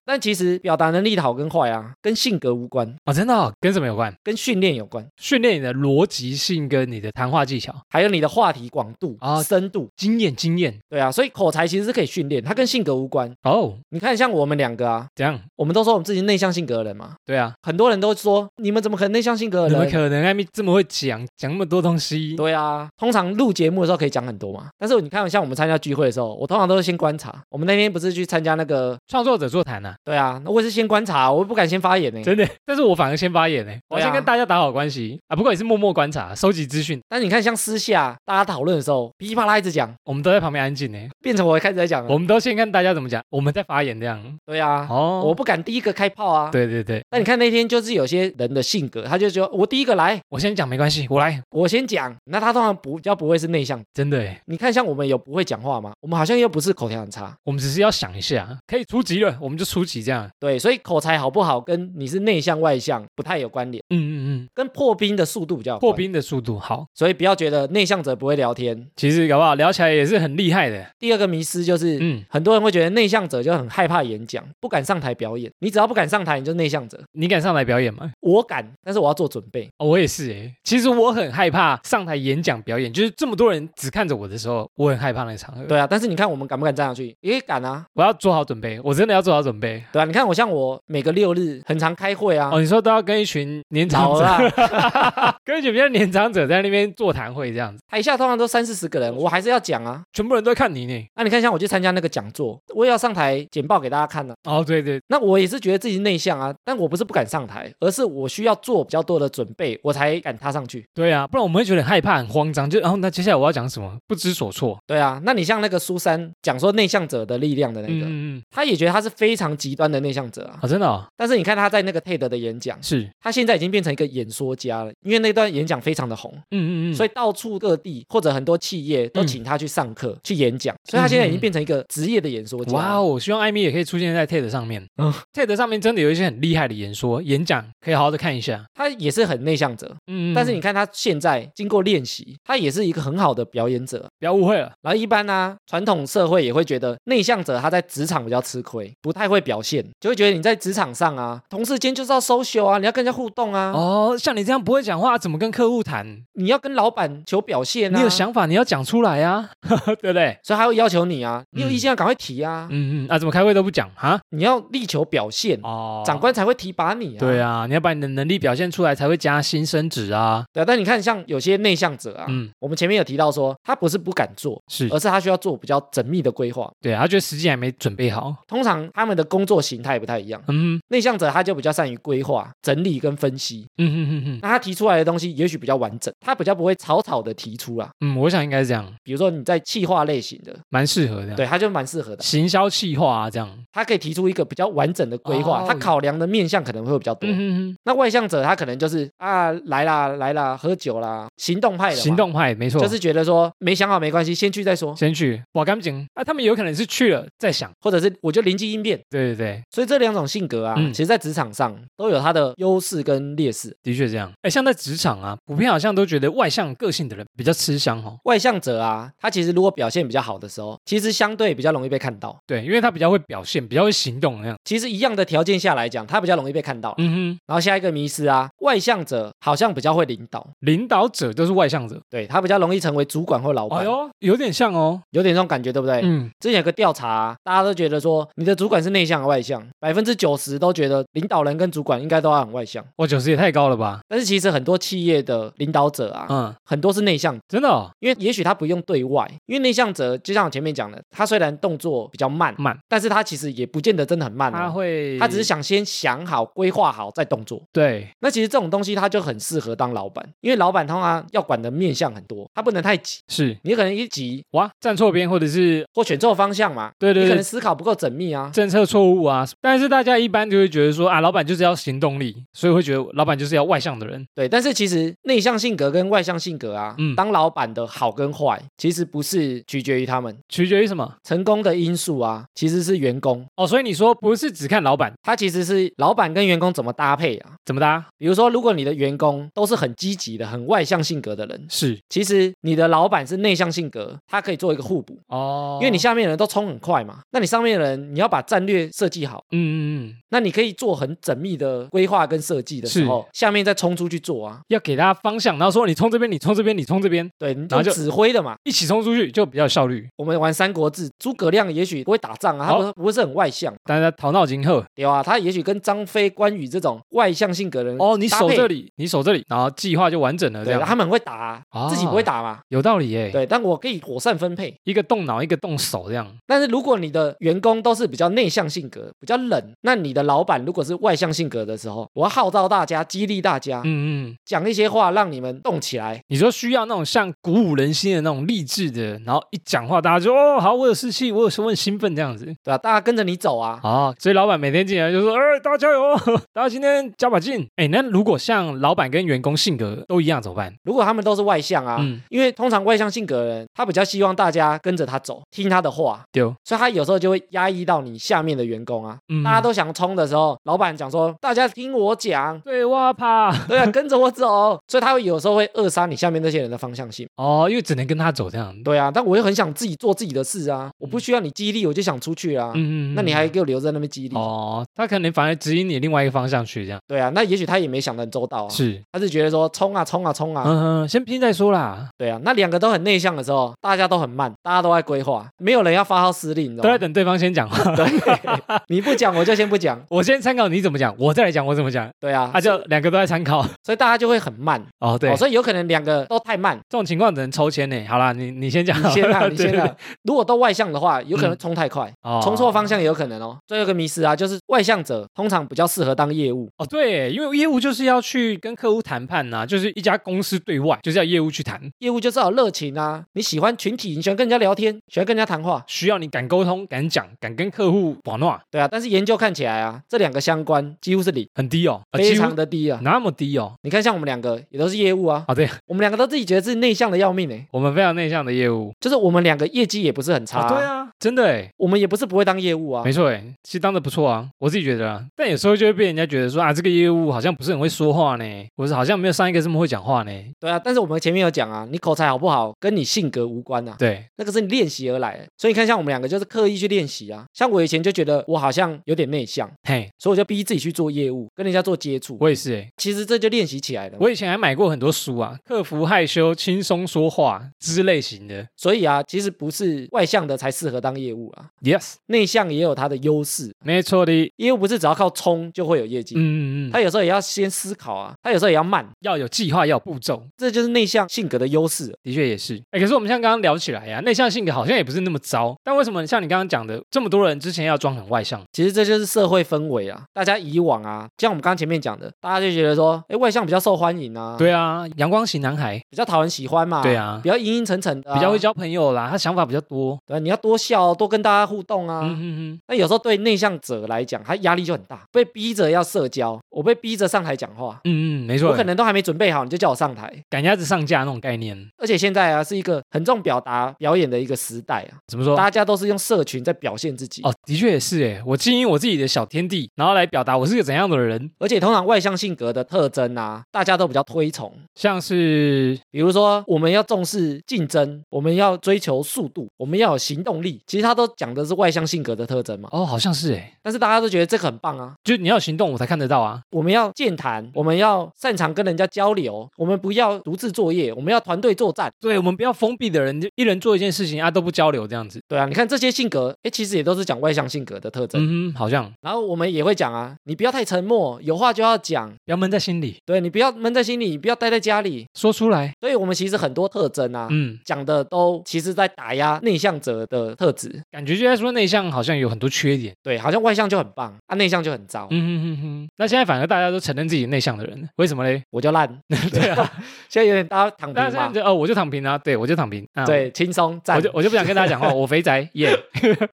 B: 但其实表达能力的好跟坏啊，跟性格无关，
A: 哦，真的哦、跟什么有关？
B: 跟训练有关，
A: 训练你的逻辑性跟你的谈话技巧，
B: 还有你的话题广度
A: 啊
B: 深度，
A: 经验经验。
B: 对啊，所以口才其实是可以训练，它跟性格无关。
A: 哦，
B: 你看，像我们两个啊，
A: 这样，
B: 我们都说我们自己是内向性格的人嘛，
A: 对啊，
B: 很多人都说你们怎么可能内向性格的
A: 怎么
B: 人？
A: 可能艾米这么会讲讲那么多东西？
B: 对啊，通常录节目的时候可以讲很多嘛，但是你看，像我们参加聚会的时候，我通常都是先观察。我们那天不是去参加那个，
A: 创作者座谈啊，
B: 对啊，那我也是先观察，我不敢先发言呢。
A: 真的，但是我反而先发言呢、我
B: 嗯对啊
A: 先跟大家打好关系啊，不过也是默默观察、收集资讯，
B: 但是你看，像私下大家讨论的时候，噼里啪啦一直讲，
A: 我们都在旁边安静呢、
B: 变成我开始在讲了。
A: 我们都先看大家怎么讲，我们在发言这样。
B: 对啊，
A: 哦，
B: 我不敢第一个开炮啊。。
A: 对对对，
B: 那你看那天就是有些人的性格，他就觉得我第一个来，
A: 我先讲没关系，我来，
B: 我先讲。那他通常不比较不会是内向。
A: 真的欸，
B: 你看，像我们有不会讲话吗？我们好像又不是口条很差，
A: 我们只是要想一下，可以出击了，我们就出击这样。
B: 对，所以口才好不好跟你是内向外向不太有关联，
A: 嗯嗯嗯，
B: 跟破冰的速度比较有关
A: 破，冰的速度好，
B: 所以不要觉得内向者不会聊天。
A: 其实搞不好聊起来也是很厉害的。
B: 第二个迷失就是。
A: 嗯，
B: 很多人会觉得内向者就很害怕演讲，不敢上台表演。你只要不敢上台，你就内向者。
A: 你敢上来表演吗？
B: 我敢，但是我要做准备。
A: 哦我也是诶，其实我很害怕上台演讲表演，就是这么多人只看着我的时候，我很害怕那个场合。
B: 对啊，但是你看我们敢不敢站上去？也敢啊，
A: 我要做好准备，我真的要做好准备。
B: 对啊。你看我像我每个六日很常开会啊，
A: 哦，你说都要跟一群年长
B: 老啊
A: 者，
B: 啦，
A: 跟一群比较年长者在那边座谈会这样子，
B: 台下通常都三四十个人，我还是要讲啊。
A: 全部人都在看你呢。
B: 那、你看，像我去参加那个讲座，我也要上台简报给大家看呢、
A: 哦，对对，
B: 那我也是觉得自己内向啊，但我不是不敢上台，而是我需要做比较多的准备，我才敢踏上去。
A: 对啊，不然我们会觉得很害怕、很慌张，就然后、那接下来我要讲什么，不知所措。
B: 对啊，那你像那个苏珊讲说内向者的力量的那个，
A: 嗯嗯，
B: 她也觉得她是非常极端的内向者啊
A: 啊、。真的、哦、
B: 但是你看她在那个 TED 的演讲，
A: 是，
B: 她现在已经变成一个演说家了，因为那段演讲非常的红，
A: 嗯嗯嗯，嗯
B: 所
A: 以
B: 以到处各地或者很多企业都请她去上课、去演讲，所以她现在已经变成一个职业的演说
A: 嗯
B: 家。
A: 哇哦，希望艾米也可以出现在 TED 上面。
B: 嗯
A: TED 上面真的有一些很厉害的演说、演讲，可以好好的看一下。
B: 他也是很内向者，
A: 嗯，嗯
B: 但是
A: 嗯
B: 你看他现在经过练习，他也是一个很好的表演者。
A: 不要误会了，
B: 然后一般呢、传统社会也会觉得内向者他在职场比较吃亏，不太会表现，就会觉得你在职场上啊，同事间就是要 social 啊，你要跟人家互动啊，
A: 哦，像你这样不会讲话，怎么跟客户谈？
B: 你要跟老板求表现啊，
A: 你有，想法，你要讲出来啊， 对不对？
B: 所以他会要求你啊，你有
A: 嗯
B: 意见要赶快提啊，
A: 嗯嗯，啊，怎么开会都不讲啊？
B: 你要力求表现。
A: 哦，
B: 长。官才会提拔你啊，
A: 对
B: 啊，
A: 啊，你要把你的能力表现出来，才会加薪升职啊。
B: 对啊。但你看，像有些内向者啊，
A: 嗯，
B: 我们前面有提到说，他不是不敢做，
A: 是
B: 而，是他需要做比较缜密的规划。
A: 对啊，他觉得时机还没准备好。
B: 通常他们的工作形态不太一样，
A: 嗯
B: 内向者他就比较善于规划、整理跟分析，
A: 嗯嗯嗯嗯
B: 那他提出来的东西也许比较完整，他比较不会草草的提出啦。
A: 嗯，我想应该是这样，
B: 比如说你在企划类型的，
A: 蛮适合的。
B: 对，他就蛮适合的，
A: 行销企划啊，这样。
B: 他可以提出一个比较完整的规划，
A: 哦
B: 他考量的面向可能会比较多。
A: 嗯嗯
B: 那外向者他可能就是啊来啦来啦喝酒啦，行动派的
A: 嗯，
B: 嘛
A: 行。动派没错，
B: 就是觉得说没想好没关系，先去再说，
A: 先去哇，干净啊，他们有可能是去了再想。
B: 或者是我就灵机应变。
A: 对对对，
B: 所以这两种性格啊，
A: 嗯
B: 其实在职场上都有它的优势跟劣势。
A: 的确这样。哎，像在职场啊，普遍好像都觉得外向个性的人比较吃香哦。
B: 外向者啊，他其实如果表现比较好的时候，其实相对比较容易被看到。
A: 对，因为他比较会表现，比较会行动那样。
B: 其实一样的条件下来讲，他比较容易被看到。
A: 嗯哼，
B: 然后下一个迷失啊，外向者好像比较会领导，
A: 领导者都是外向者。
B: 对他比较容易成为主管或老
A: 哎
B: 板，
A: 呦，有点像哦。
B: 有点这种感觉，对不对？
A: 嗯，
B: 之前有个调查啊、大家都觉得说你的主管是内向还是外向，百分之九十都觉得领导人跟主管应该都要很外向。
A: 哇，九十也太高了吧？
B: 但是其实很多企业的领导者啊，
A: 嗯，
B: 很多是内向，
A: 真的哦。
B: 因为也许他不用对外，因为内向者就像我前面讲的，他虽然动作比较慢，
A: 慢，
B: 但是他其实也不见得真的很慢、
A: 他
B: 啊。
A: 会，
B: 他只是想先想好、规划好再动作。
A: 对，
B: 那其实这种东西它就很适合当老板，因为老板通常要管的面向很多，他不能太急。
A: 是
B: 你可能一急
A: 哇，站错边或者是
B: 或选错方向嘛，
A: 对对
B: 你可能
A: 对。
B: 思考不够缜密啊。
A: 政策错误啊，但是大家一般就会觉得说啊，老板就是要行动力，所以会觉得老板就是要外向的人。
B: 对，但是其实内向性格跟外向性格啊，
A: 嗯
B: 当老板的好跟坏，其实不是取决于他们
A: 取决于什么？
B: 成功的因素啊，其实是员工，
A: 哦，所以你说不是只看老板
B: 他其实是老板跟员工怎么搭配啊。
A: 怎么搭，
B: 比如说，如果你的员工都是很积极的、很外向性格的人，
A: 是
B: 其实你的老板是内向性格，他可以做一个互补，
A: 哦，
B: 因为你下面的人都冲很快嘛，那你上面的人你要把战略设计好。
A: 嗯嗯嗯，
B: 那你可以做很缜密的规划跟设计的时候，下面再冲出去做啊，
A: 要给大家方向，然后说你冲这边，你冲这边，你冲这边，
B: 对，你
A: 然后
B: 就
A: 就
B: 指挥的嘛。
A: 一起冲出去就比较有效率。
B: 我们玩《三国志》，诸葛亮也许不会打仗啊，他不是不会是很外向，
A: 大家头脑紧后，
B: 对吧、啊他也许跟张飞、关羽这种外向性格的人
A: 哦，你
B: 搭
A: 守
B: 配
A: 这，里，你守这里，然后计划就完整了，这
B: 对，
A: 样
B: 他们很会打、啊，
A: 哦
B: 自己不会打嘛，
A: 有道理耶。
B: 对，啊但我可以妥善分配。
A: 一个动脑，一个动手，这样
B: 但是如果你的员工都是比较内向性格、比较冷，那你的老板如果是外向性格的时候，我要号召大家、激励大家，
A: 嗯嗯，
B: 讲一些话让你们动起来。
A: 你说需要那种像鼓舞人心的那种励志的，然后一讲话大家就哦好，我有士气，我有什么很兴奋这样子
B: 对吧、大家跟着你走啊，
A: 哦，所以老板每天进来就说，哎，大家加油哦， 大家今天加把劲。哎，那如果像老板跟员工性格都一样怎么办？
B: 如果他们都是外向啊，
A: 嗯
B: 因为通常外向性格的人，他比较希望大家跟着他走，听他的话，
A: 丢，
B: 所以他有时候就会压抑到你下面的员工啊。
A: 嗯，
B: 大家都想冲的时候，老板讲说大家听我讲
A: 对哇怕
B: 对啊，跟着我走，所以他会有时候会扼杀你下面那些人的方向性。
A: 哦，因为只能跟他走这样。
B: 对啊，但我又很想自己做自己的事啊，我不需要你激励，我就想出去啊。
A: 嗯嗯，嗯
B: 那你还给我留在那边激励？
A: 哦，他可能反而指引你另外一个方向去这样。
B: 对啊，那也许他也没想得很周到啊，
A: 是，
B: 他是觉得说冲啊冲啊冲啊，
A: 嗯嗯，先拼再说啦，
B: 对啊，那两个都很内向的时候，大家都很慢，大家都在规划，没有人要发号施令，你知
A: 都
B: 道
A: 在
B: 吗？
A: 等对方先讲话。
B: 对， 你不讲我就先不讲，
A: 我先参考你怎么讲，我再来讲我怎么讲，
B: 对啊，
A: 他就两个都在参考。
B: 所以大家就会很慢。
A: 哦，对，
B: 哦，所以有可能两个都太慢，
A: 这种情况只能抽签呢。好啦，你你先讲，
B: 你先 啊，你先
A: 对
B: 啊。。如果都外向的话，有可能冲太快，
A: 哦
B: 冲错方向也有可能哦。最后一个迷失啊，就是外向者通常比较适合当业务，
A: 哦，对，因为业务就是要去跟客户谈判呐、就是一家公司对外就是要业务去谈，
B: 业务就是要有热情啊，你喜欢群体，你喜欢跟人家聊天，喜欢跟人家谈话，
A: 需要你敢沟通、敢讲、敢跟客户玩闹，
B: 对啊。但是研究看起来啊，这两个相关几乎是零，
A: 很低哦，呃
B: 非
A: 几乎
B: 常的低啊。
A: 那么低哦。
B: 你看，像我们两个也都是业务啊，
A: 哦，对，
B: 我们两个都自己觉得自己内向的要命哎、
A: 我们非常内向的业务。
B: 就是我们两个业绩也不是很差、
A: 哦，对，啊，真的哎，
B: 我们也不是不会当业务啊
A: 没。错，哎，其实当的不错啊，我自己觉得啊，但有时候就会被人家觉得说啊，这个业务好像不是很会说话呢，或是好像没有上一个这么会讲话呢。
B: 对啊，但是我们前面有讲啊，你口才好不好跟你性格无关啊，
A: 对，
B: 那个是你练习而来的。所以你看，像我们两个就是刻意去练习啊。像我以前就觉得我好像有点内向，
A: 嘿，
B: 所以我就逼自己去做业务，跟人家做接触。
A: 我也是哎，
B: 其实这就练习起来了。
A: 我以前还买过很多书啊，克服害羞、轻松说话之类型的。
B: 所以啊，其实不是外向的才适合当业务啊，
A: Yes，
B: 内向也有它的优势。
A: 没错的。
B: 业务不是只要靠冲就会有业绩，
A: 嗯嗯嗯，
B: 他有时候也要先思考啊，他有时候也要慢，
A: 要有计划，要有步骤，
B: 这就是内向性格的优势。
A: 的确也是。哎，可是我们像刚刚聊起来呀、内向性格好像也不是那么糟，但为什么像你刚刚讲的，这么多人之前要装很外向？
B: 其实这就是社会氛围啊，大家以往啊，像我们刚刚前面讲的，大家就觉得说，哎，外向比较受欢迎啊，，
A: 对啊，阳光型男孩，
B: 比较讨人喜欢嘛，
A: 对啊
B: 比较阴阴沉沉的、
A: 比较会，交朋友啦，他想法比较多。
B: 对，啊你要多笑、多跟大家互动啊。
A: 嗯嗯嗯，
B: 那有时候对内向者来讲，他压力就很大，被逼着要社交，我被逼着上台讲话，
A: 嗯嗯，没错
B: 我可，能都还没准备好，你就叫我上台。
A: 赶鸭子上架那种概念，
B: 而且现在啊，是一个很重表达表演的一个时代啊，
A: 怎么说？
B: 大家都是用社群在表现自己，
A: 哦，的确也是哎，我经营我自己的小天地，然后来表达我是个怎样的人，
B: 而且通常外向性格的特征啊，大家都比较推崇。
A: 像是
B: 比如说，我们要重视竞争，我们要追求速度，我们要有行动力。其实他都讲的是外向性格的特征嘛，
A: 哦，好像是哎，
B: 但是大家都觉得这个很棒啊。
A: 就你要行动我才看得到啊。
B: 我们要健谈，我们要擅长跟人家交流，我们不要独自作业，我们要团队作战。
A: 对，我们不要封闭的人，就一人做一件事情啊都不交流这样子。
B: 对啊，你看这些性格，哎，其实也都是讲外向性格的特征。
A: 嗯哼，好像
B: 然后我们也会讲啊，你不要太沉默，有话就要讲。
A: 不要闷在心里，
B: 对你不要闷在心里，不要待在家里。
A: 说出来。
B: 所以我们其实很多特征啊，
A: 嗯，
B: 讲的都其实在打压内向者的特质。
A: 感觉就在说内向好像有很多缺点。
B: 对，好像外向就很棒，啊，内向就很糟，
A: 嗯哼哼哼。那现在反而大家都承认自己内向的人了，为什么嘞？
B: 我就烂。
A: 对啊，
B: 现在有点大家躺
A: 大家
B: 平
A: 现在
B: 嘛，
A: 就哦，我就躺平啊，对我就躺平啊，，
B: 对，轻松赞
A: 我。就我就不想跟大家讲话，我肥宅 耶。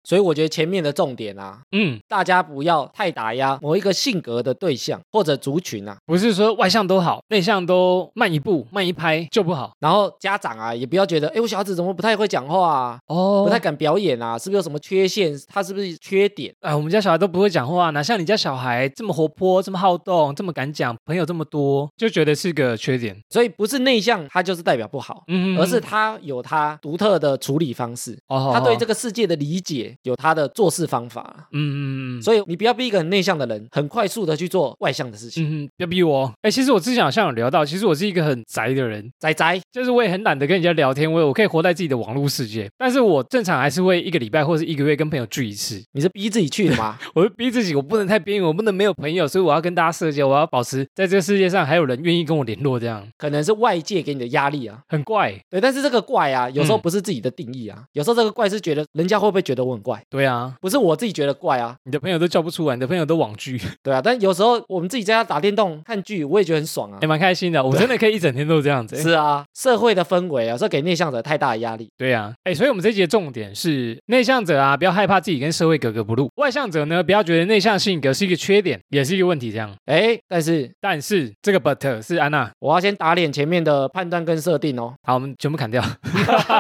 B: 所以我觉得前面的重点啊，
A: 嗯，
B: 大家不要太打压某一个性格的对象或者族群啊。
A: 不是说外向都好，内向都慢一步、慢一拍就不好
B: 然后家长啊，也不要觉得，哎，我小孩子怎么不太会讲话啊，
A: 哦
B: 不
A: 不
B: 太
A: 太
B: 敢表演啊，是不是有什么缺陷？他是不是缺点？
A: 啊，我们家小孩都不会讲话，哪像你家小孩这么活泼、这么好动、这么敢讲，朋友这么多，就觉得是个缺点。
B: 所以不是内向，他就是代表不好，
A: 嗯
B: 而是他有他独特的处理方式，
A: 哦
B: 他对这
A: 个，
B: 个世界的理解有他的做事方法。
A: 嗯嗯嗯。
B: 所以你不要逼一个很内向的人很快速的去做外向的事情。
A: 嗯，不要逼我哦。哎、其实我之前好像有聊到，其实我是一个很宅的人，
B: 仔仔，
A: 就是我也很懒得跟人家聊天，我也我可以活在自己的网络世界。但是我正常还是会一个礼拜或是一个月跟朋友聚一次。
B: 你是逼自己去的 吗？
A: 我会逼自己，我不能太边缘，我不能没有朋友，所以我要跟大家社交，我要保持在这个世界上还有人愿意跟我联络，这样
B: 可能是外界给你的压力啊。
A: 很怪。
B: 对，但是这个怪啊，有时候
A: 嗯
B: 不是自己的定义啊，有时候这个怪是觉得人家会不会觉得我很怪，
A: 对啊，
B: 不是我自己觉得怪啊，
A: 你的朋友都叫不出来，你的朋友都网剧，
B: 对啊。但有时候我们自己在家打电动、看剧，我也觉得很爽啊
A: 也。哎蛮开心的。我真的可以一整天都这样子。
B: 是啊，社会的氛围啊，有时候给内向者太大的压力。
A: 对啊，哎，所以我们这一集的重点是内向者啊，不要害怕自己跟社会格格不入；外向者呢，不要觉得内向性格是一个缺点，也是一个问题。这样，
B: 哎，但是
A: 但是这个 but 是安娜，
B: 我要先打脸前面的判断跟设定哦。
A: 好，我们全部砍掉。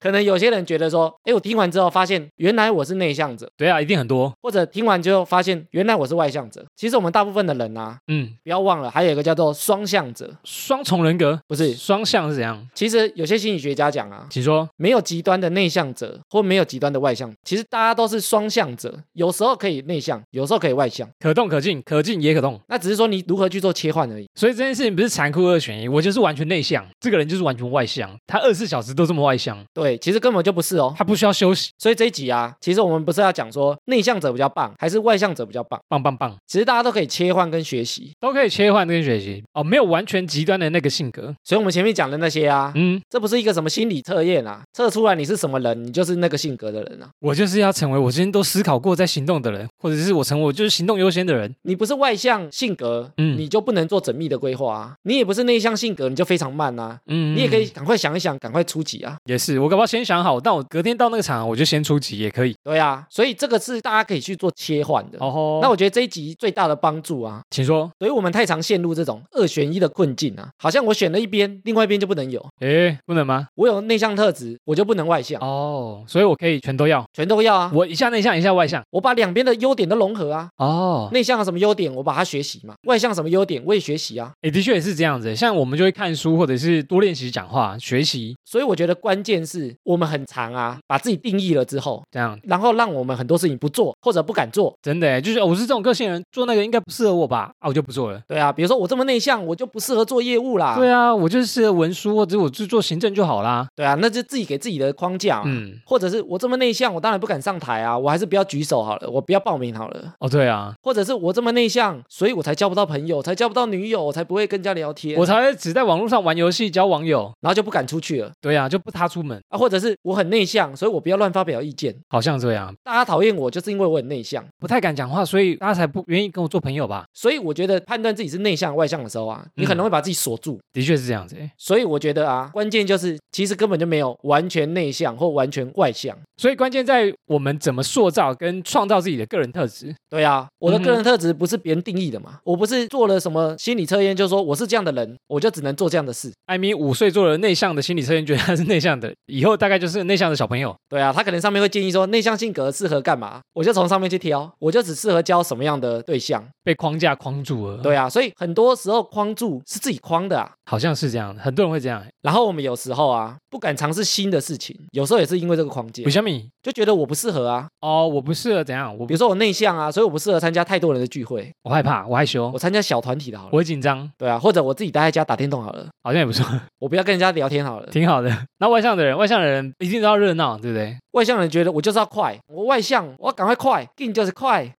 B: 可能有些人觉得说，哎，我听完之后发现原来我是内向者，
A: 对啊，一定很多。
B: 或者听完之后发现原来我是外向者。其实我们大部分的人啊，
A: 嗯，
B: 不要忘了还有一个叫做双向者，
A: 双重人格
B: 不是？
A: 双向是怎样？
B: 其实有些心理学家讲啊，
A: 请说。
B: 没有极端的内向者或没有极端的外向，其实大家都是双向者，有时候可以内向，有时候可以外向，
A: 可动可进，可进也可动，
B: 那只是说你如何去做切换而已。
A: 所以这件事情不是残酷二选一，我就是完全内向，这个人就是完全外向，他二十四小时都这么外向，
B: 对，其实根本就不是哦。
A: 他不需要休息，
B: 所以这一集啊，其实我们不是要讲说内向者比较棒，还是外向者比较棒，
A: 棒棒棒，
B: 其实大家都可以切换跟学习。
A: 都可以切换跟学习哦，没有完全极端的那个性格，
B: 所以我们前面讲的那些啊，
A: 嗯，
B: 这不是一个什么心理测验啊，测出来你是什么人，你就是那个性格的人啊。
A: 我就是要成为我之前都思考过在行动的人，或者是我成为我就是行动优先的人，
B: 你不是外向性格，
A: 嗯
B: 你就不能做缜密的规划啊。你也不是内向性格，你就非常慢啊。
A: 嗯
B: 你也可以赶快想一想，赶快出击啊！
A: 也是，我搞不好先想好，但我隔天到那个场我就先出击也可以，
B: 对啊，所以这个是大家可以去做切换的。
A: 哦吼，
B: 那我觉得这一集最大的帮助啊，
A: 请说，
B: 所以我们太常陷入这种二选一的困境啊，好像我选了一边，另外一边就不能有。
A: 诶，不能吗？
B: 我有内向特质，我就不能外向，
A: 哦，所以我可以全都要，
B: 全都要啊。我
A: 我一下内向一下外向，
B: 把两边的优点都融合啊，
A: 哦，
B: 内向有什么优点，我把它学习嘛；外向什么优点，我也学习啊。
A: 诶，的确也是这样子，像我们就会看书或者是多练习讲话学习。
B: 所以我觉得关键是我们很长啊，把自己定义了之后，
A: 这样
B: 然后让我们很多事情不做或者不敢做。
A: 真的耶，就是哦我是这种个性的人，做那个应该不适合我吧？啊，我就不做了。
B: 对啊，比如说我这么内向，我就不适合做业务啦。
A: 对啊，我就是适合文书，或者我就做行政就好啦。
B: 对啊，那就自己给自己的框架、嗯。
A: 嗯，
B: 或者是我这么内向，我当然不敢上台啊，我还是不要举手好了，我不要报名好了。
A: 哦，对啊，
B: 或者是我这么内向，所以我才交不到朋友，才交不到女友，我才不会跟人家聊天，
A: 我才会只在网络上玩游戏交网友。
B: 然后就不敢出去了
A: 对啊，就不踏出门，
B: 啊。或者是我很内向，所以我不要乱发表意见，
A: 好像这样，
B: 大家讨厌我就是因为我很内向。
A: 不太敢讲话，所以大家才不愿意跟我做朋友吧？
B: 所以我觉得判断自己是内向外向的时候啊，
A: 嗯
B: 你很容易把自己锁住。
A: 的确是这样子耶。
B: 所以我觉得啊，关键就是其实根本就没有完全内向或完全外向。
A: 所以关键在我们怎么塑造跟创造自己的个人特质。
B: 对啊，我的
A: 嗯
B: 个
A: 哼
B: 人特质不是别人定义的
A: 嗯
B: 嘛，我不是做了什么心理测验，就说我是这样的人，我就只能做这样的事。
A: 艾米五岁做了内向的心理测验，觉得他是内向的，以后大概就是内向的小朋友。
B: 对啊，他可能上面会建议说内向性格适合干嘛，我就从上面去挑，我就只适合交什么样的对象。
A: 被框架框住了，，
B: 对啊，所以很多时候框住是自己框的啊。
A: 好像是这样，很多人会这样耶。
B: 然后我们有时候啊不敢尝试新的事情，有时候也是因为这个框架
A: 为，什么？
B: 就觉得我不适合啊。
A: 哦，我不适合怎样，我
B: 比如说我内向啊，所以我不适合参加太多人的聚会，
A: 我害怕，我害羞
B: 我，参加小团体的好
A: 哦
B: 了。
A: 我会紧张，
B: 对啊，或者我自己待在家打电动好了，
A: 好像也不错，
B: 我不要跟人家聊天好了。
A: 挺好的。那外向的人，外向的人一定都要热闹，对不对？
B: 外向人觉得我就是要快，我外向，我要赶快快，劲就是快，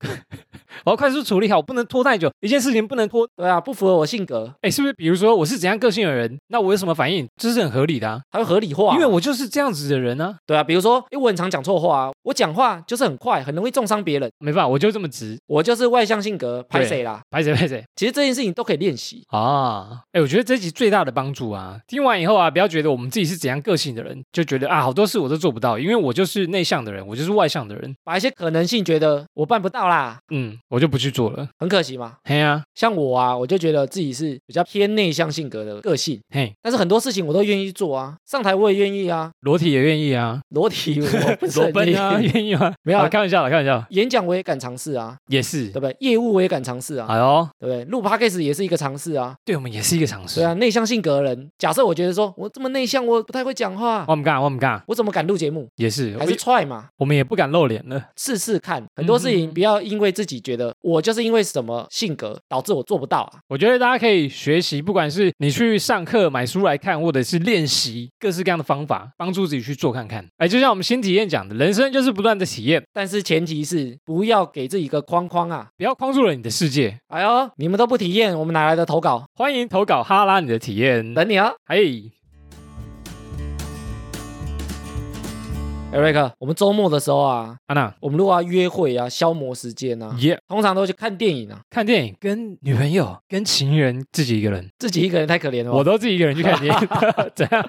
A: 我要快速处理好，我不能拖太久，一件事情不能拖。
B: 对啊，不符合我性格，
A: 哎，是不是？比如说我是怎样个性的人，那我有什么反应，这是很合理的啊，
B: 还会合理化，
A: 因为我就是这样子的人啊，
B: 对啊，比如说，因为我很常讲错话啊，我讲话就是很快，很容易重伤别人，
A: 没办法，我就这么直，
B: 我就是外向性格，
A: 对
B: 拍谁啦？
A: 拍谁拍谁。
B: 其实这件事情都可以练习，
A: 啊，哎、我觉得这集最大的帮助啊，听完以后啊，不要觉得我们自己是怎样个性的人，就觉得啊，好多事我都做不到，因为我就是内向的人，我就是外向的人，
B: 把一些可能性觉得我办不到啦，
A: 嗯，我就不去做了。
B: 很可惜嘛。
A: 嘿啊，
B: 像我啊，我就觉得自己是比较偏内向性格的个性，
A: 嘿，
B: 但是很多事情我都愿意做啊，上台我也愿意啊，
A: 裸体也愿意啊，
B: 裸体 我不是
A: 裸
B: 很愿
A: 奔
B: 意
A: 啊，愿意吗？
B: 没有啊
A: 啊开玩笑啦，开玩笑，
B: 演讲我也敢尝试啊，
A: 也是
B: 对。不对？业务我也敢尝试啊，
A: 哎呦，
B: 对不对？录 podcast 也是一个尝试啊，
A: 对我们也是一个尝试。
B: 对啊。内向性格的人，假设我觉得说我这么内向，我不太会讲话，
A: 我们干，我们干，
B: 我怎么敢录节目？
A: 也是，
B: 还是
A: 我
B: 踹嘛，
A: 我们也不敢露脸了。
B: 试试看，很多事
A: 嗯
B: 情不要因为自己觉得我就是因为什么性格导致我做不到啊。
A: 我觉得大家可以学习，不管是你去上课买书来看，或者是练习各式各样的方法，帮助自己去做看看。哎，就像我们新体验讲的，人生就是不断的体验，
B: 但是前提是不要给自己一个框框啊。
A: 不要框住了你的世界。
B: 哎呦，你们都不体验，我们哪来的投稿？
A: 欢迎投稿哈拉你的体验。哎
B: 等你啊，
A: 嘿，
B: 艾瑞克。我们周末的时候啊，
A: 安娜，
B: 我们如果要约会啊，消磨时间啊，
A: 耶、
B: 通常都去看电影啊。
A: 看电影跟女朋友、跟情人自己一个人，
B: 自己一个人太可怜了吧。哦
A: 我都自己一个人去看电影，怎样？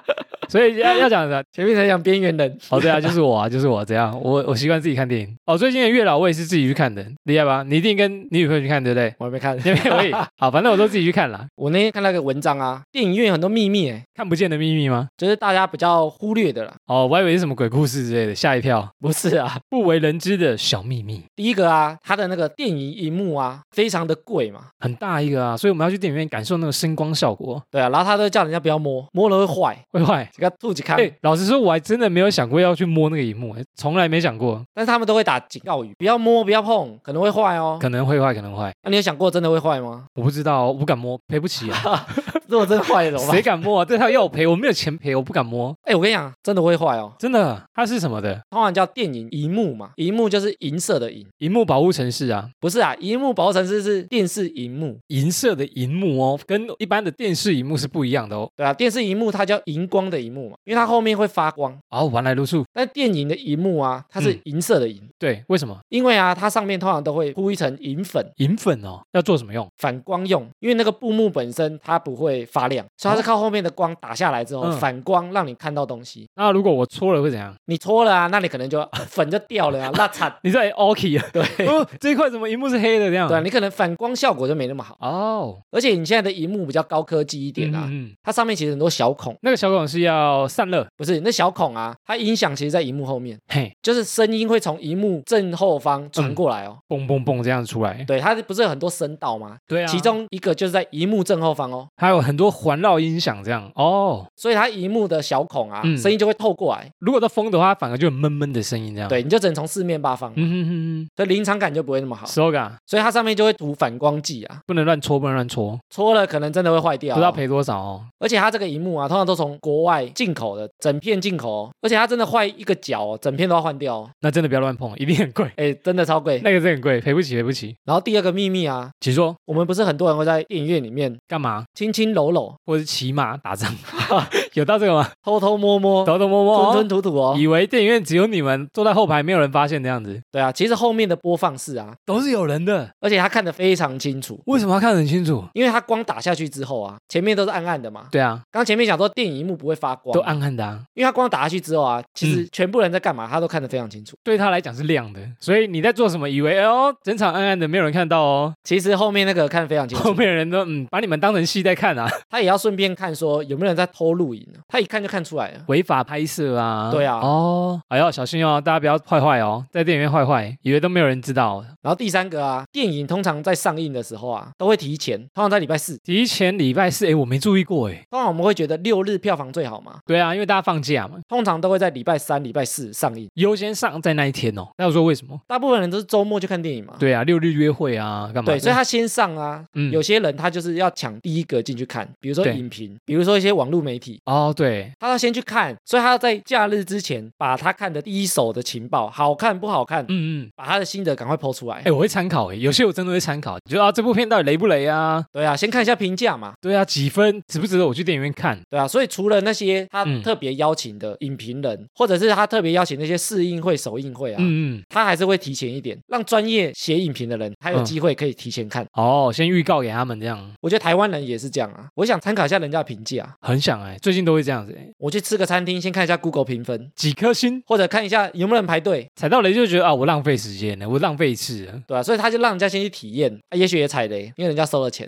A: 所以要要讲的，
B: 前面才讲边缘人，
A: 哦，对啊，就是我啊，就是我这样，我我习惯自己看电影。哦，最近的月老我也是自己去看的，厉害吧？你一定跟你女朋友去看，对不对？
B: 我还没 看。
A: 那边我也好，反正我都自己去看了。
B: 我那天看到一个文章啊，电影院有很多秘密、欸，
A: 看不见的秘密吗？
B: 就是大家比较忽略的啦。
A: 哦，我还以为是什么鬼故事之类的，吓一跳。
B: 不是啊，
A: 不为人知的小秘密，
B: 第一个啊，它的那个电影荧幕啊，非常的贵嘛。
A: 很大一个啊，所以我们要去电影院感受那个声光效果，
B: 对啊，然后他都叫人家不要摸，摸了会坏，
A: 会坏。
B: 这个吐几看。
A: 哎、老实说，我还真的没有想过要去摸那个荧幕，哎从来没想过，
B: 但是他们都会打警告语，不要摸，不要碰，可能会坏哦。
A: 可能会坏，可能会坏，
B: 那、你有想过真的会坏吗？
A: 我不知道哦，我不敢摸，赔不起啊，
B: 如果真的坏了 怎么
A: 谁
B: 办？
A: 敢摸啊？对他要我赔，我没有钱赔，我不敢摸，
B: 哎、我跟你讲，真的会坏哦。
A: 真的。啊它是什么的？
B: 通常叫电影荧幕嘛，荧幕就是银色的银，
A: 荧幕保护城市啊，
B: 不是啊，荧幕保护层是是电视荧幕，
A: 银色的荧幕哦，跟一般的电视荧幕是不一样的哦。
B: 对啊，电视荧幕它叫荧光的荧幕嘛，因为它后面会发光。
A: 哦，原来如此。
B: 但电影的荧幕啊，它是
A: 嗯
B: 银色的银，
A: 对，为什么
B: 因为啊，它上面通常都会铺一层银粉，
A: 银粉哦要做什么用？
B: 反光用，因为那个布幕本身它不会发亮，所以它是靠后面的光打下来之后、
A: 哦嗯
B: 反光让你看到东西。
A: 那如果我搓了会怎样？
B: 你搓了啊，那你可能就 粉就掉了啊，那惨。
A: 你在 OK 啊？
B: 对
A: 哦，这一块怎么荧幕是黑的这样？
B: 对啊，你可能反光效果就没那么好，
A: 哦，
B: 而且你现在的荧幕比较高科技一点啊，
A: 嗯嗯嗯
B: 它上面其实很多小孔，
A: 那个小孔是要散热，
B: 不是那小孔啊，它音响其实在荧幕后面，
A: 嘿，
B: 就是声音会从荧幕正后方传过来哦。
A: 嘣嘣嘣这样出来。
B: 对，它不是有很多声道吗？
A: 嗯对啊，
B: 其中一个就是在荧幕正后方哦，
A: 还有很多环绕音响这样哦。
B: 所以它荧幕的小孔啊，
A: 嗯
B: 声音就会透过来，
A: 如果它风的话，反而就有闷闷的声音这样。，
B: 对，你就只能从四面八方，
A: 嗯哼哼
B: 所以临场感就不会那么好
A: 哼。，Soga
B: 所以它上面就会涂反光剂啊，
A: 不能乱搓，不能乱搓，
B: 搓了可能真的会坏掉、啊
A: 不知道。赔多少哦。
B: 而且它这个荧幕啊，通常都从国外进口的，整片进口、哦，而且它真的坏一个角、哦，整片都要换掉、哦，
A: 那真的不要乱碰，一定很贵，
B: 哎，真的超贵。
A: 那个真的很贵，赔不起，赔不起。
B: 然后第二个秘密啊，
A: 请说
B: 我们不是很多人会在电影院里面
A: 干嘛？
B: 亲亲搂搂、
A: 或者是骑马打仗， 有到这个吗？
B: 偷偷摸摸、
A: 偷偷摸摸
B: 吞
A: 哦，
B: 吞吐吐哦。
A: 以为电影院只有你们坐在后排，没有人发现的样子，
B: 对啊，其实后面的播放室啊，
A: 都是有人的。
B: 而且它看得非常清楚。
A: 为什么要看得很清楚？
B: 因为它光打下去之后啊，前面都是暗暗的嘛。
A: 对啊，
B: 刚前面讲说电影荧幕不会发光，
A: 都暗嗯暗的啊，
B: 因为它光打下去之后啊，其实全部人在干嘛，他都看得非常清楚。
A: 对他来讲是亮的，所以你在做什么？以为哦，整场暗暗的，没有人看到 哦，
B: 其实后面那个看得非常清
A: 后
B: 楚，
A: 面的人都嗯，把你们当成戏在看啊，
B: 他也要顺便看说有没有人在偷录影啊，他一看就看出来了。
A: 违法拍摄啊，
B: 对啊
A: 哦，哎呦，小心哦，大家不要坏坏哦，在电影院坏坏，以为都没有人知道，
B: 然后第三个啊，电影通常在上映的时候啊，都会提前，通常在礼拜四，
A: 提前礼拜四，哎，我没注意过，哎，
B: 通常我们会觉得六日票房最好嘛，
A: 对啊，因为大家放假嘛，
B: 通常都会在礼拜三、礼拜四上映。
A: 优先上在那一天哦。那我说为什么？
B: 大部分人都是周末去看电影嘛。
A: 对啊，六日约会啊，干嘛的？
B: 对，所以他先上啊。
A: 嗯
B: 有些人他就是要抢第一个进去看，比如说
A: 对
B: 影评，比如说一些网络媒体，
A: 哦，对，
B: 他要先去看，所以他要在假日之前把他看的第一手的情报，好看不好看，
A: 嗯嗯，
B: 把他的心得赶快剖出来。
A: 哎、我会参考哎、有些我真的会参考，就啊这部片到底雷不雷啊？
B: 对啊，先看一下评价嘛。
A: 对啊，几分值不值得我去电影院看？
B: 对啊，所以除了那些他
A: 嗯
B: 特别邀请的影评人，或者是他特别邀请那些试映会、首映会啊，
A: 嗯嗯，
B: 他还是会提前一点，让专业写影评的人他有
A: 嗯
B: 机会可以提前看。
A: 哦，先预告给他们这样，
B: 我觉得台湾人也是这样啊，我想参考一下人家的评价，啊
A: 很想哎、最近都会这样子、哎，
B: 我去吃个餐厅，先看一下 Google 评分，
A: 几颗星
B: 或者看一下有没有人排队，
A: 踩到雷就觉得啊我浪费时间了，我浪费一次 了。
B: 对吧、啊所以他就让人家先去体验，啊、也许也踩雷，因为人家收 了钱，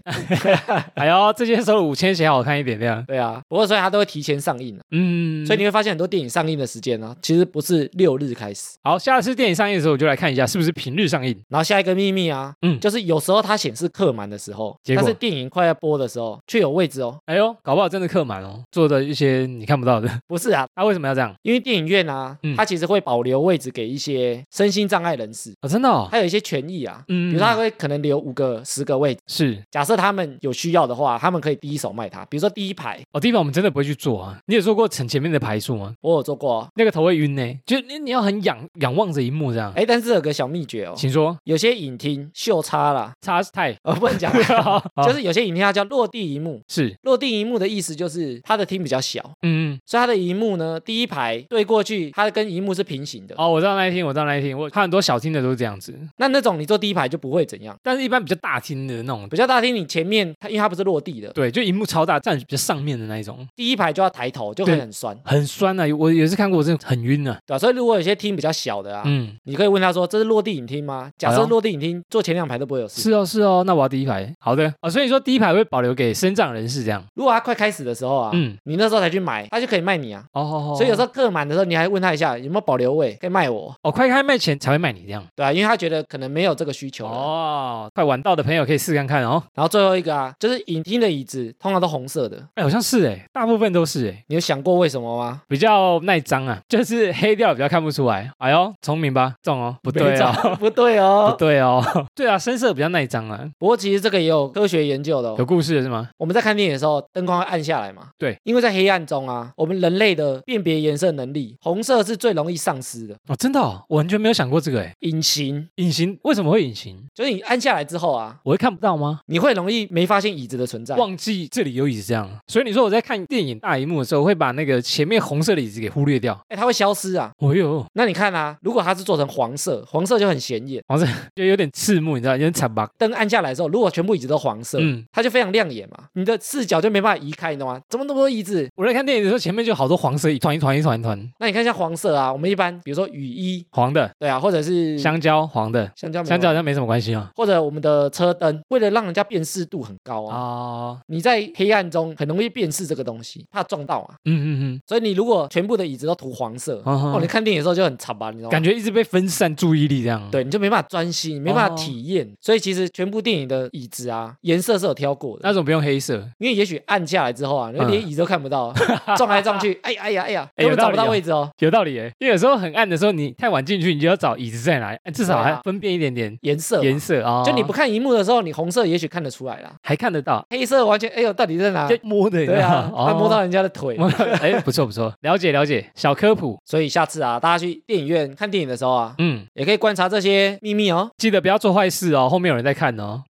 A: 哎呦，这件收了五千，写好看一点这样。
B: 对啊。不过所以他都会提前上映、啊，
A: 嗯，
B: 所以你会发现很多电影上映的时间呢、啊，其实不是六日开始。
A: 好，下次电影上映的时候，我就来看一下是不是平日上映。
B: 然后下一个秘密啊，
A: 嗯
B: 就是有时候它显示客满的时候，
A: 结果
B: 但是电影快要播的时候却有位置哦。
A: 哎呦，搞不好真的客满哦，做的一些你看不到的。
B: 不是啊，
A: 他、为什么要这样？
B: 因为电影院啊，
A: 嗯
B: 它其实会保留位置给一些身心障碍人士，
A: 哦，真的哦，
B: 它有一些权益啊，比
A: 嗯
B: 如说它会可能留五个、十个位置，
A: 是
B: 假设他们有需要的话，他们可以第一手卖它。比如说第一排，
A: 哦，第一排我们真的不会去做啊。你有做过很前面的排数吗？
B: 我有做过、哦，
A: 那个头会晕呢、就你你要很仰仰望着一幕这样。
B: 哎，但是有个小秘诀哦，
A: 请说，
B: 有些影厅秀差啦，
A: 差 太，
B: 呃，不能讲
A: 好
B: 就是有些影厅它叫落地荧幕。
A: 是，
B: 落地荧幕的意思就是它的厅比较小，
A: 嗯嗯，
B: 所以它的荧幕呢，第一排对过去，它跟荧幕是平行的。
A: 哦，我知道那一厅，我知道那一厅，我看很多小厅的都是这样子，
B: 那那种你坐第一排就不会怎样。
A: 但是一般比较大厅的那种，
B: 比较大厅，你前面它因为它不是落地的，
A: 对，就荧幕超大，站比较上面的那一种，
B: 第一排就要抬头，就会很酸，
A: 很酸啊。我也是看过，我真的很晕啊。
B: 对吧、所以如果有些厅比较小的啊，
A: 嗯，
B: 你可以问他说：“这是落地影厅吗？”假
A: 哎
B: 设
A: 呦
B: 落地影厅坐前两排都不会有事。
A: 是哦是哦，那我要第一排。好的哦，所以说第一排会保留给身障人士这样。
B: 如果他快开始的时候啊，
A: 嗯，
B: 你那时候才去买，他就可以卖你啊。
A: 哦哦哦，
B: 所以有时
A: 候
B: 候客满的时候，你还问他一下有没有保留位，可以卖我，
A: 哦，快开卖前才会卖你这样。
B: 对啊，因为他觉得可能没有这个需求了。
A: 哦，快晚到的朋友可以试看看哦。
B: 然后最后一个啊，就是影厅的椅子通常都红色的，
A: 哎，好像是哎，大部分都是哎，
B: 你有想过为什么吗？
A: 比较耐脏啊，就是黑掉比较看不出来。哎呦，聪明吧？中哦，不对哦。
B: 不对
A: 不
B: 哦。
A: 对哦，对啊，深色比较耐脏啊，
B: 不过其实这个也有科学研究的、哦
A: 有，故事的是吗？
B: 我们在看电影的时候，灯光会暗下来嘛？
A: 对，
B: 因为在黑暗中啊，我们人类的辨别颜色能力，红色是最容易丧失的。
A: 哦，真的、哦，我完全没有想过这个哎。
B: 隐形
A: 隐形为什么会隐形？
B: 就是你按下来之后啊，
A: 我会看不到吗？
B: 你会容易没发现椅子的存在。
A: 忘记这里有椅子这样，所以你说我在看电影大荧幕的时候，会把那个前面红色的椅子给忽略掉。
B: 哎，它会消失啊！
A: 哦哟，
B: 那你看啊，如果它是做成黄色，黄色就很显眼。
A: 黄色哦就有点刺目，你知道，有点惨吧？
B: 灯按下来之后，如果全部椅子都黄色，
A: 嗯
B: 它就非常亮眼嘛，你的视角就没办法移开，你懂吗？怎么那么多椅子？
A: 我在看电影的时候，前面就好多黄色一团一团一团一团，
B: 那你看像黄色啊，我们一般比如说雨衣，
A: 黄的
B: 对啊，或者是
A: 香蕉，黄的
B: 香蕉没有
A: 香蕉好像没什么关系啊。
B: 或者我们的车灯，为了让人家辨识度很高啊，
A: 哦，
B: 你在黑暗中很容易辨识这个东西，怕撞到啊。
A: 嗯嗯
B: 所以你如果全部的椅子都涂黄色，
A: 嗯哼
B: 哦，你看电影的时候就很惨吧，你知
A: 嗯，
B: 道吗？
A: 感觉一直被分散注意力这样。，
B: 对，你就没办法专心，没办
A: 哦
B: 法体验。所以其实全部电影的椅子啊，颜色是有挑过的
A: 那。种不用黑色。
B: 因为也许按下来之后啊，你会连椅子都看不到， 撞来 撞去，哎呀哎呀哎呀，
A: 哎有
B: 根本
A: 道
B: 找
A: 理
B: 不到
A: 哦
B: 位置哦。
A: 有道理诶，因为有时候很暗的时候，你太晚进去，你就要找椅子在哪里，哎至少
B: 对
A: 还
B: 啊
A: 分辨一点点
B: 颜色嘛，
A: 颜色啊。哦
B: 就你不看荧幕的时候，你红色也许看得出来啦，
A: 还看得到，
B: 黑色完全哎呦到底在哪？
A: 就摸的，你知
B: 对
A: 道
B: 啊
A: 吗，
B: 他摸。
A: 哦
B: 到人家的腿。
A: 我哎，不错不 错，了解了解，小科普，
B: 所以下次啊，大家去电影院看电影的时候啊，
A: 嗯，
B: 也可以观察这些秘密哦。
A: 记得不要做坏事哦，后面有人在看哦。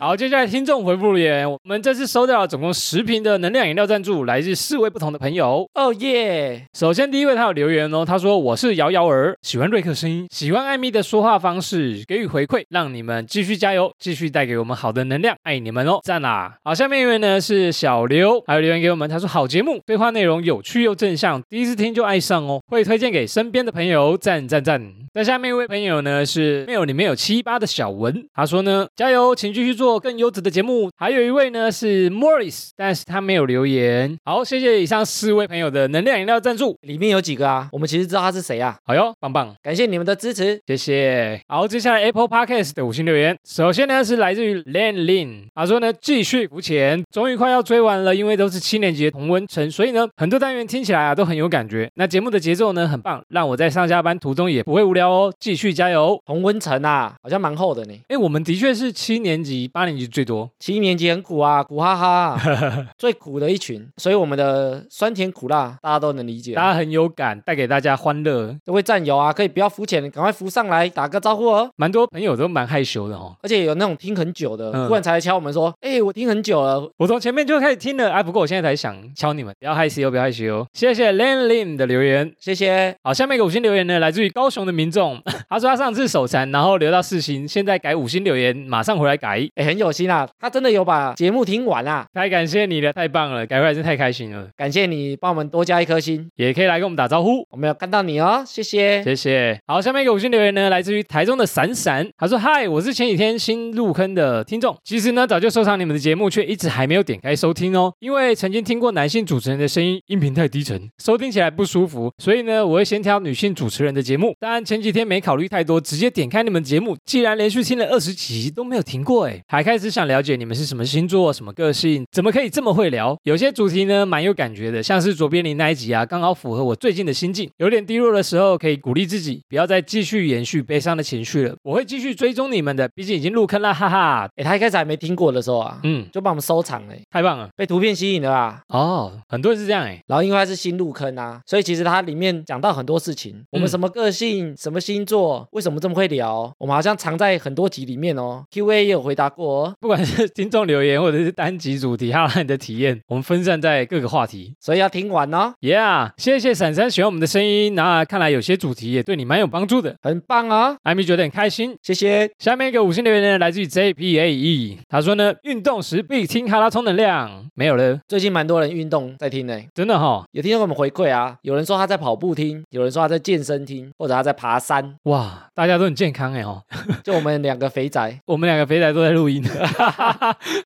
A: 好，接下来听众回复留言，我们这次收到了总共十瓶的能量饮料赞助，来自四位不同的朋友。
B: 哦耶！
A: 首先第一位他有留言哦，他说我是瑶瑶儿，喜欢瑞克声音，喜欢艾米的说话方式，给予回馈，让你们继续加油，继续带给我们好的能量，爱你们哦，赞啦！好，下面一位呢是小刘，还有留言给我们，他说好节目，对话内容有趣又正向，第一次听就爱上哦，会推荐给身边的朋友，赞赞赞！在哦下面一位朋友呢是没有里面有七八的小文，他说呢加油，请继续做更优质的节目。还有一位呢是 Morris，但是他没有留言。好，谢谢以上四位朋友的能量饮料赞助。
B: 里面有几个啊？我们其实知道他是谁啊。
A: 好哟，棒棒，
B: 感谢你们的支持。
A: 谢谢。好，接下来 Apple Podcast 的五星留言，首先呢是来自于 Lan Lin，他说呢继续浮潜，终于快要追完了，因为都是七年级的同温层，所以呢很多单元听起来啊都很有感觉。那节目的节奏呢很棒，让我在上下班途中也不会无聊哦，继续加油。
B: 洪温城啊，好像蛮厚的呢。
A: 哎，我们的确是七年级、八年级最多，
B: 七年级很苦啊，苦哈哈啊、 最苦的一群，所以我们的酸甜苦辣大家都能理解。
A: 大家很有感，带给大家欢乐。
B: 各位战友啊，可以不要浮浅，赶快浮上来打个招呼哦。
A: 蛮多朋友都蛮害羞的哦。
B: 而且有那种听很久的，
A: 嗯
B: 忽然才来敲我们说：“哎、我听很久了，
A: 我从前面就开始听了，哎、不过我现在才想敲你们，不要害羞，不要害羞。谢谢 Len Lim 的留言。
B: 谢谢。
A: 好，下面一个五星留言呢，来自于高雄的民众， 他说他上次手残，然后留到四星，现在改五星留言，马上回来改。
B: 哎，很有心啊，他真的有把节目听完啊，
A: 太感谢你了，太棒了，改回来真太开心了，
B: 感谢你帮我们多加一颗星，
A: 也可以来跟我们打招呼。
B: 我们有看到你哦，谢谢。
A: 谢谢。好，下面一个五星留言呢，来自于台中的闪闪，他说：“嗨，我是前几天新入坑的听众，其实呢早就收藏你们的节目，却一直还没有点开收听哦，因为曾经听过男性主持人的声音，音频太低沉，收听起来不舒服，所以呢我会先挑女性主持人的节目。但前几天没考虑太多，直接点开你们节目，既然连续听了二十集都没有停过，哎，还开始想了解你们是什么星座、什么个性，怎么可以这么会聊？有些主题呢蛮有感觉的，像是卓别林那一集啊，刚好符合我最近的心境，有点低落的时候可以鼓励自己，不要再继续延续悲伤的情绪了。我会继续追踪你们的，毕竟已经入坑了，哈哈。
B: 哎，他一开始还没听过的时候啊，
A: 嗯，
B: 就帮我们收藏了，
A: 太棒了
B: 被图片吸引了啊。
A: 哦，很多人是这样哎，
B: 然后因为他是新入坑啊，所以其实他里面讲到很多事情，我们什么个性、什么星座、为什么这么会聊，我们好像藏在很多集里面哦。Q&A 也有回答过哦，
A: 不管是听众留言或者是单集主题，还有你的体验，我们分散在各个话题。
B: 所以要听完哦，
A: Yeah，谢谢闪闪喜欢我们的声音，那看来有些主题也对你蛮有帮助的，
B: 很棒哦，
A: 艾米觉得很开心。
B: 谢谢。
A: 下面一个五星留言呢，来自于 JPAE，他 E 说呢，运动时必听哈拉充能量，没有了，
B: 最近蛮多人运动在听呢，
A: 真的哈、。
B: 有听众给我们回馈啊，有人说他在跑步听，有人说他在健身听，或者他在爬山
A: 哇，大家都很健康哎哦，
B: 就我们两个肥宅，
A: 我们两个肥仔都在录音，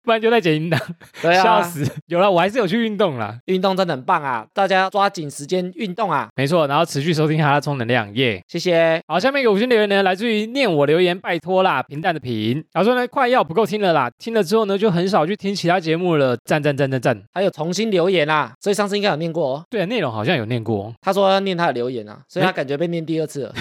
A: 不然就在剪音档，
B: 对 啊，
A: 笑死。有了，我还是有去运动啦，
B: 运动真的很棒啊，大家抓紧时间运动啊，
A: 没错，然后持续收听哈拉充能量，耶、
B: 谢谢。
A: 好，下面一个五星留言呢，来自于念我留言，拜托啦，平淡的平，他说呢，快要不够听了啦，听了之后呢，就很少去听其他节目了，赞赞赞赞赞。
B: 还有重新留言啊，所以上次应该有念过哦。
A: 对啊，内容好像有念过，
B: 他说要念他的留言啊，所以他感觉被念第二次了，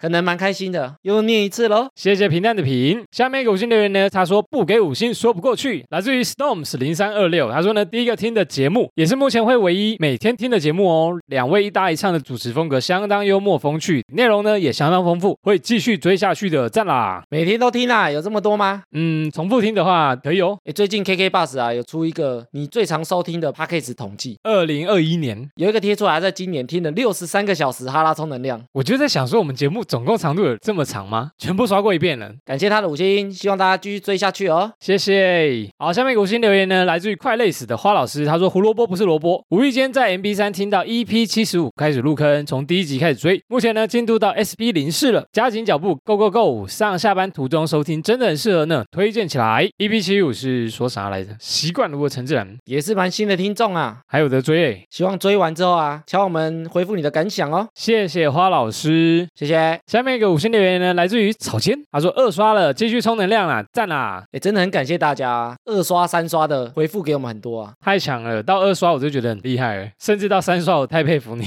B: 可能蛮开心的，又念一次喽。
A: 谢谢平淡的平。下面一个五星留言呢，他说不给五星说不过去，来自于 Storms 零三二六，他说呢，第一个听的节目也是目前会唯一每天听的节目哦。两位一搭一唱的主持风格相当幽默风趣，内容呢也相当丰富，会继续追下去的，赞啦。
B: 每天都听啊，有这么多吗？
A: 嗯，重复听的话可以哦。
B: 诶，最近 KK Bus 啊有出一个你最常收听的 Podcast 统计，
A: 二零二一年，
B: 有一个贴出来，在今年听了六十三个小时哈拉充能量，
A: 我就在想说，我们节目总共长度有这么长吗？全部刷过一遍了。
B: 感谢他的五星，希望大家继续追下去哦。
A: 谢谢。好，下面一个五星留言呢，来自于快累死的花老师，他说胡萝卜不是萝卜。无意间在 MB 三听到 EP 七十五开始入坑，从第一集开始追，目前呢进度到 SB 零四了，加紧脚步，Go Go Go！上下班途中收听真的很适合呢，推荐起来。EP 七五是说啥来着？习惯如何成自然，
B: 也是蛮新的听众啊，
A: 还有得追诶。
B: 希望追完之后啊，敲我们回复你的感想哦，
A: 谢谢花老师。
B: 谢谢。哎，
A: 下面一个五星留言呢，来自于草间，他说二刷了，继续充能量啦，赞啦！
B: 欸真的很感谢大家啊二刷三刷的回复给我们很多啊，
A: 太强了，到二刷我就觉得很厉害了，甚至到三刷我太佩服你，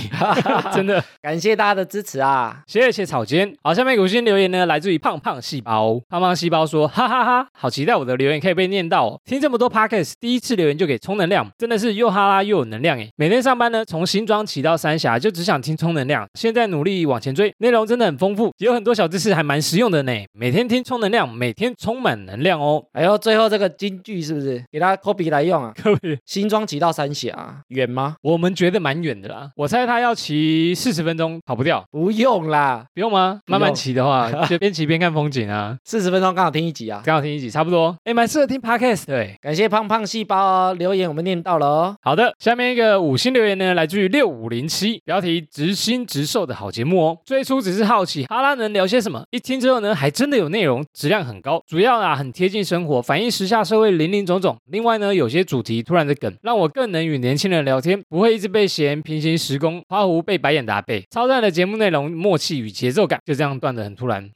A: 真的，
B: 感谢大家的支持啊。
A: 谢谢草间。好，下面一个五星留言呢，来自于胖胖细胞，胖胖细胞说，哈哈哈好期待我的留言可以被念到、哦，听这么多 podcast，第一次留言就给充能量，真的是又哈拉又有能量诶。每天上班呢，从新庄骑到三峡，就只想听充能量，现在努力往前追，内容真的很丰富，有很多小知识还蛮实用的呢，每天听充能量，每天充满能量哦。
B: 哎呦，最后这个金句是不是给他 copy 来用啊？
A: 各位，
B: 新庄骑到三峡啊远吗？
A: 我们觉得蛮远的啦，我猜他要骑四十分钟跑不掉。
B: 不用啦，
A: 不用吗？
B: 不
A: 慢
B: 用
A: 慢骑的话，就边骑边看风景啊，
B: 四十分钟刚好听一集啊。
A: 刚好听一集，差不多。哎，蛮适合听 podcast 的诶。
B: 感谢胖胖细胞哦留言，我们念到了哦。
A: 好的，下面一个五星留言呢，来自于六五零七，标题“直心直受”的好节目哦。最初只是好奇哈拉能聊些什么，一听之后呢，还真的有内容，质量很高，主要啊很贴近生活，反映时下社会林林总总。另外呢，有些主题突然的梗，让我更能与年轻人聊天，不会一直被嫌平行时空、花狐被白眼打背。超赞的节目内容，默契与节奏感，就这样断的很突然，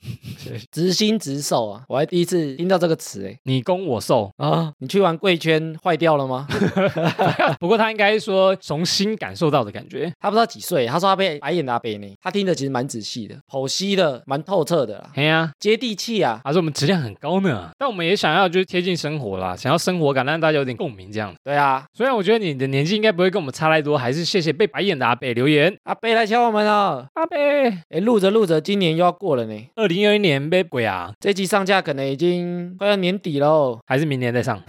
B: 直心直手啊，我还第一次听到这个词哎。
A: 你攻我受。
B: 啊，你去玩贵圈坏掉了吗？
A: 啊不过他应该说从心感受到的感觉。
B: 他不知道几岁，他说他被白眼拿北呢。他听的其实蛮仔细的，剖析的蛮透彻的啦，
A: 哎呀、
B: 接地气啊。
A: 他说我们质量很高呢，但我们们也想要就是贴近生活啦，想要生活感，让大家有点共鸣这样。
B: 对啊，
A: 虽然我觉得你的年纪应该不会跟我们差太多，还是谢谢被白眼的阿北留言。
B: 阿贝来敲我们哦了。
A: 阿北，
B: 哎，录着录着，今年又要过了呢。
A: 二零二一年被鬼啊，
B: 这集上架可能已经快要年底喽。
A: 还是明年再上？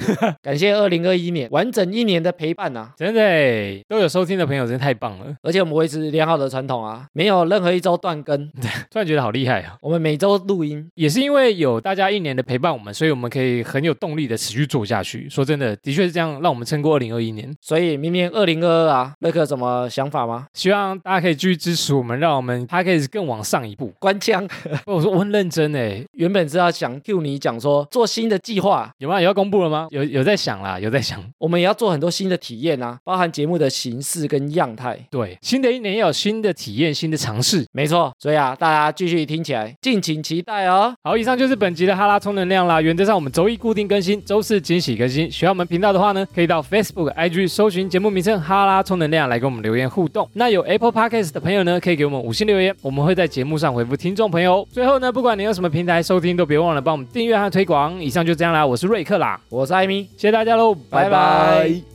B: 感谢二零二一年完整一年的陪伴啊！
A: 真的耶都有收听的朋友，真的太棒了！
B: 而且我们维持良好的传统啊，没有任何一周断更。
A: 突然觉得好厉害啊！
B: 我们每周录音，
A: 也是因为有大家一年的陪伴我们，所以我们可以很有动力的持续做下去。说真的，的确是这样，让我们撑过二零二一年。
B: 所以明年二零二二啊，瑞克有什么想法吗？
A: 希望大家可以继续支持我们，让我们 p a c a s 更往上一步。
B: 官腔，
A: 我说我很认真哎，
B: 原本是要想 Q 你讲说做新的计划，
A: 有吗？有要公布了吗？有有在想啦，有在想。
B: 我们也要做很多新的体验啊，包含节目的形式跟样态。
A: 对，新的一年要有新的体验，新的尝试。
B: 没错，所以啊，大家继续听起来，敬请期待哦。
A: 好，以上就是本集的哈拉充能量啦。原则上我们周一固定更新，周四惊喜更新。喜欢我们频道的话呢，可以到 Facebook、IG 搜寻节目名称“哈拉充能量”来跟我们留言互动。那有 Apple Podcast 的朋友呢，可以给我们五星留言，我们会在节目上回复听众朋友哦。最后呢，不管你用什么平台收听，都别忘了帮我们订阅和推广。以上就这样啦，我是瑞克啦，
B: 我是艾米，
A: 谢谢大家喽，拜拜
B: 拜拜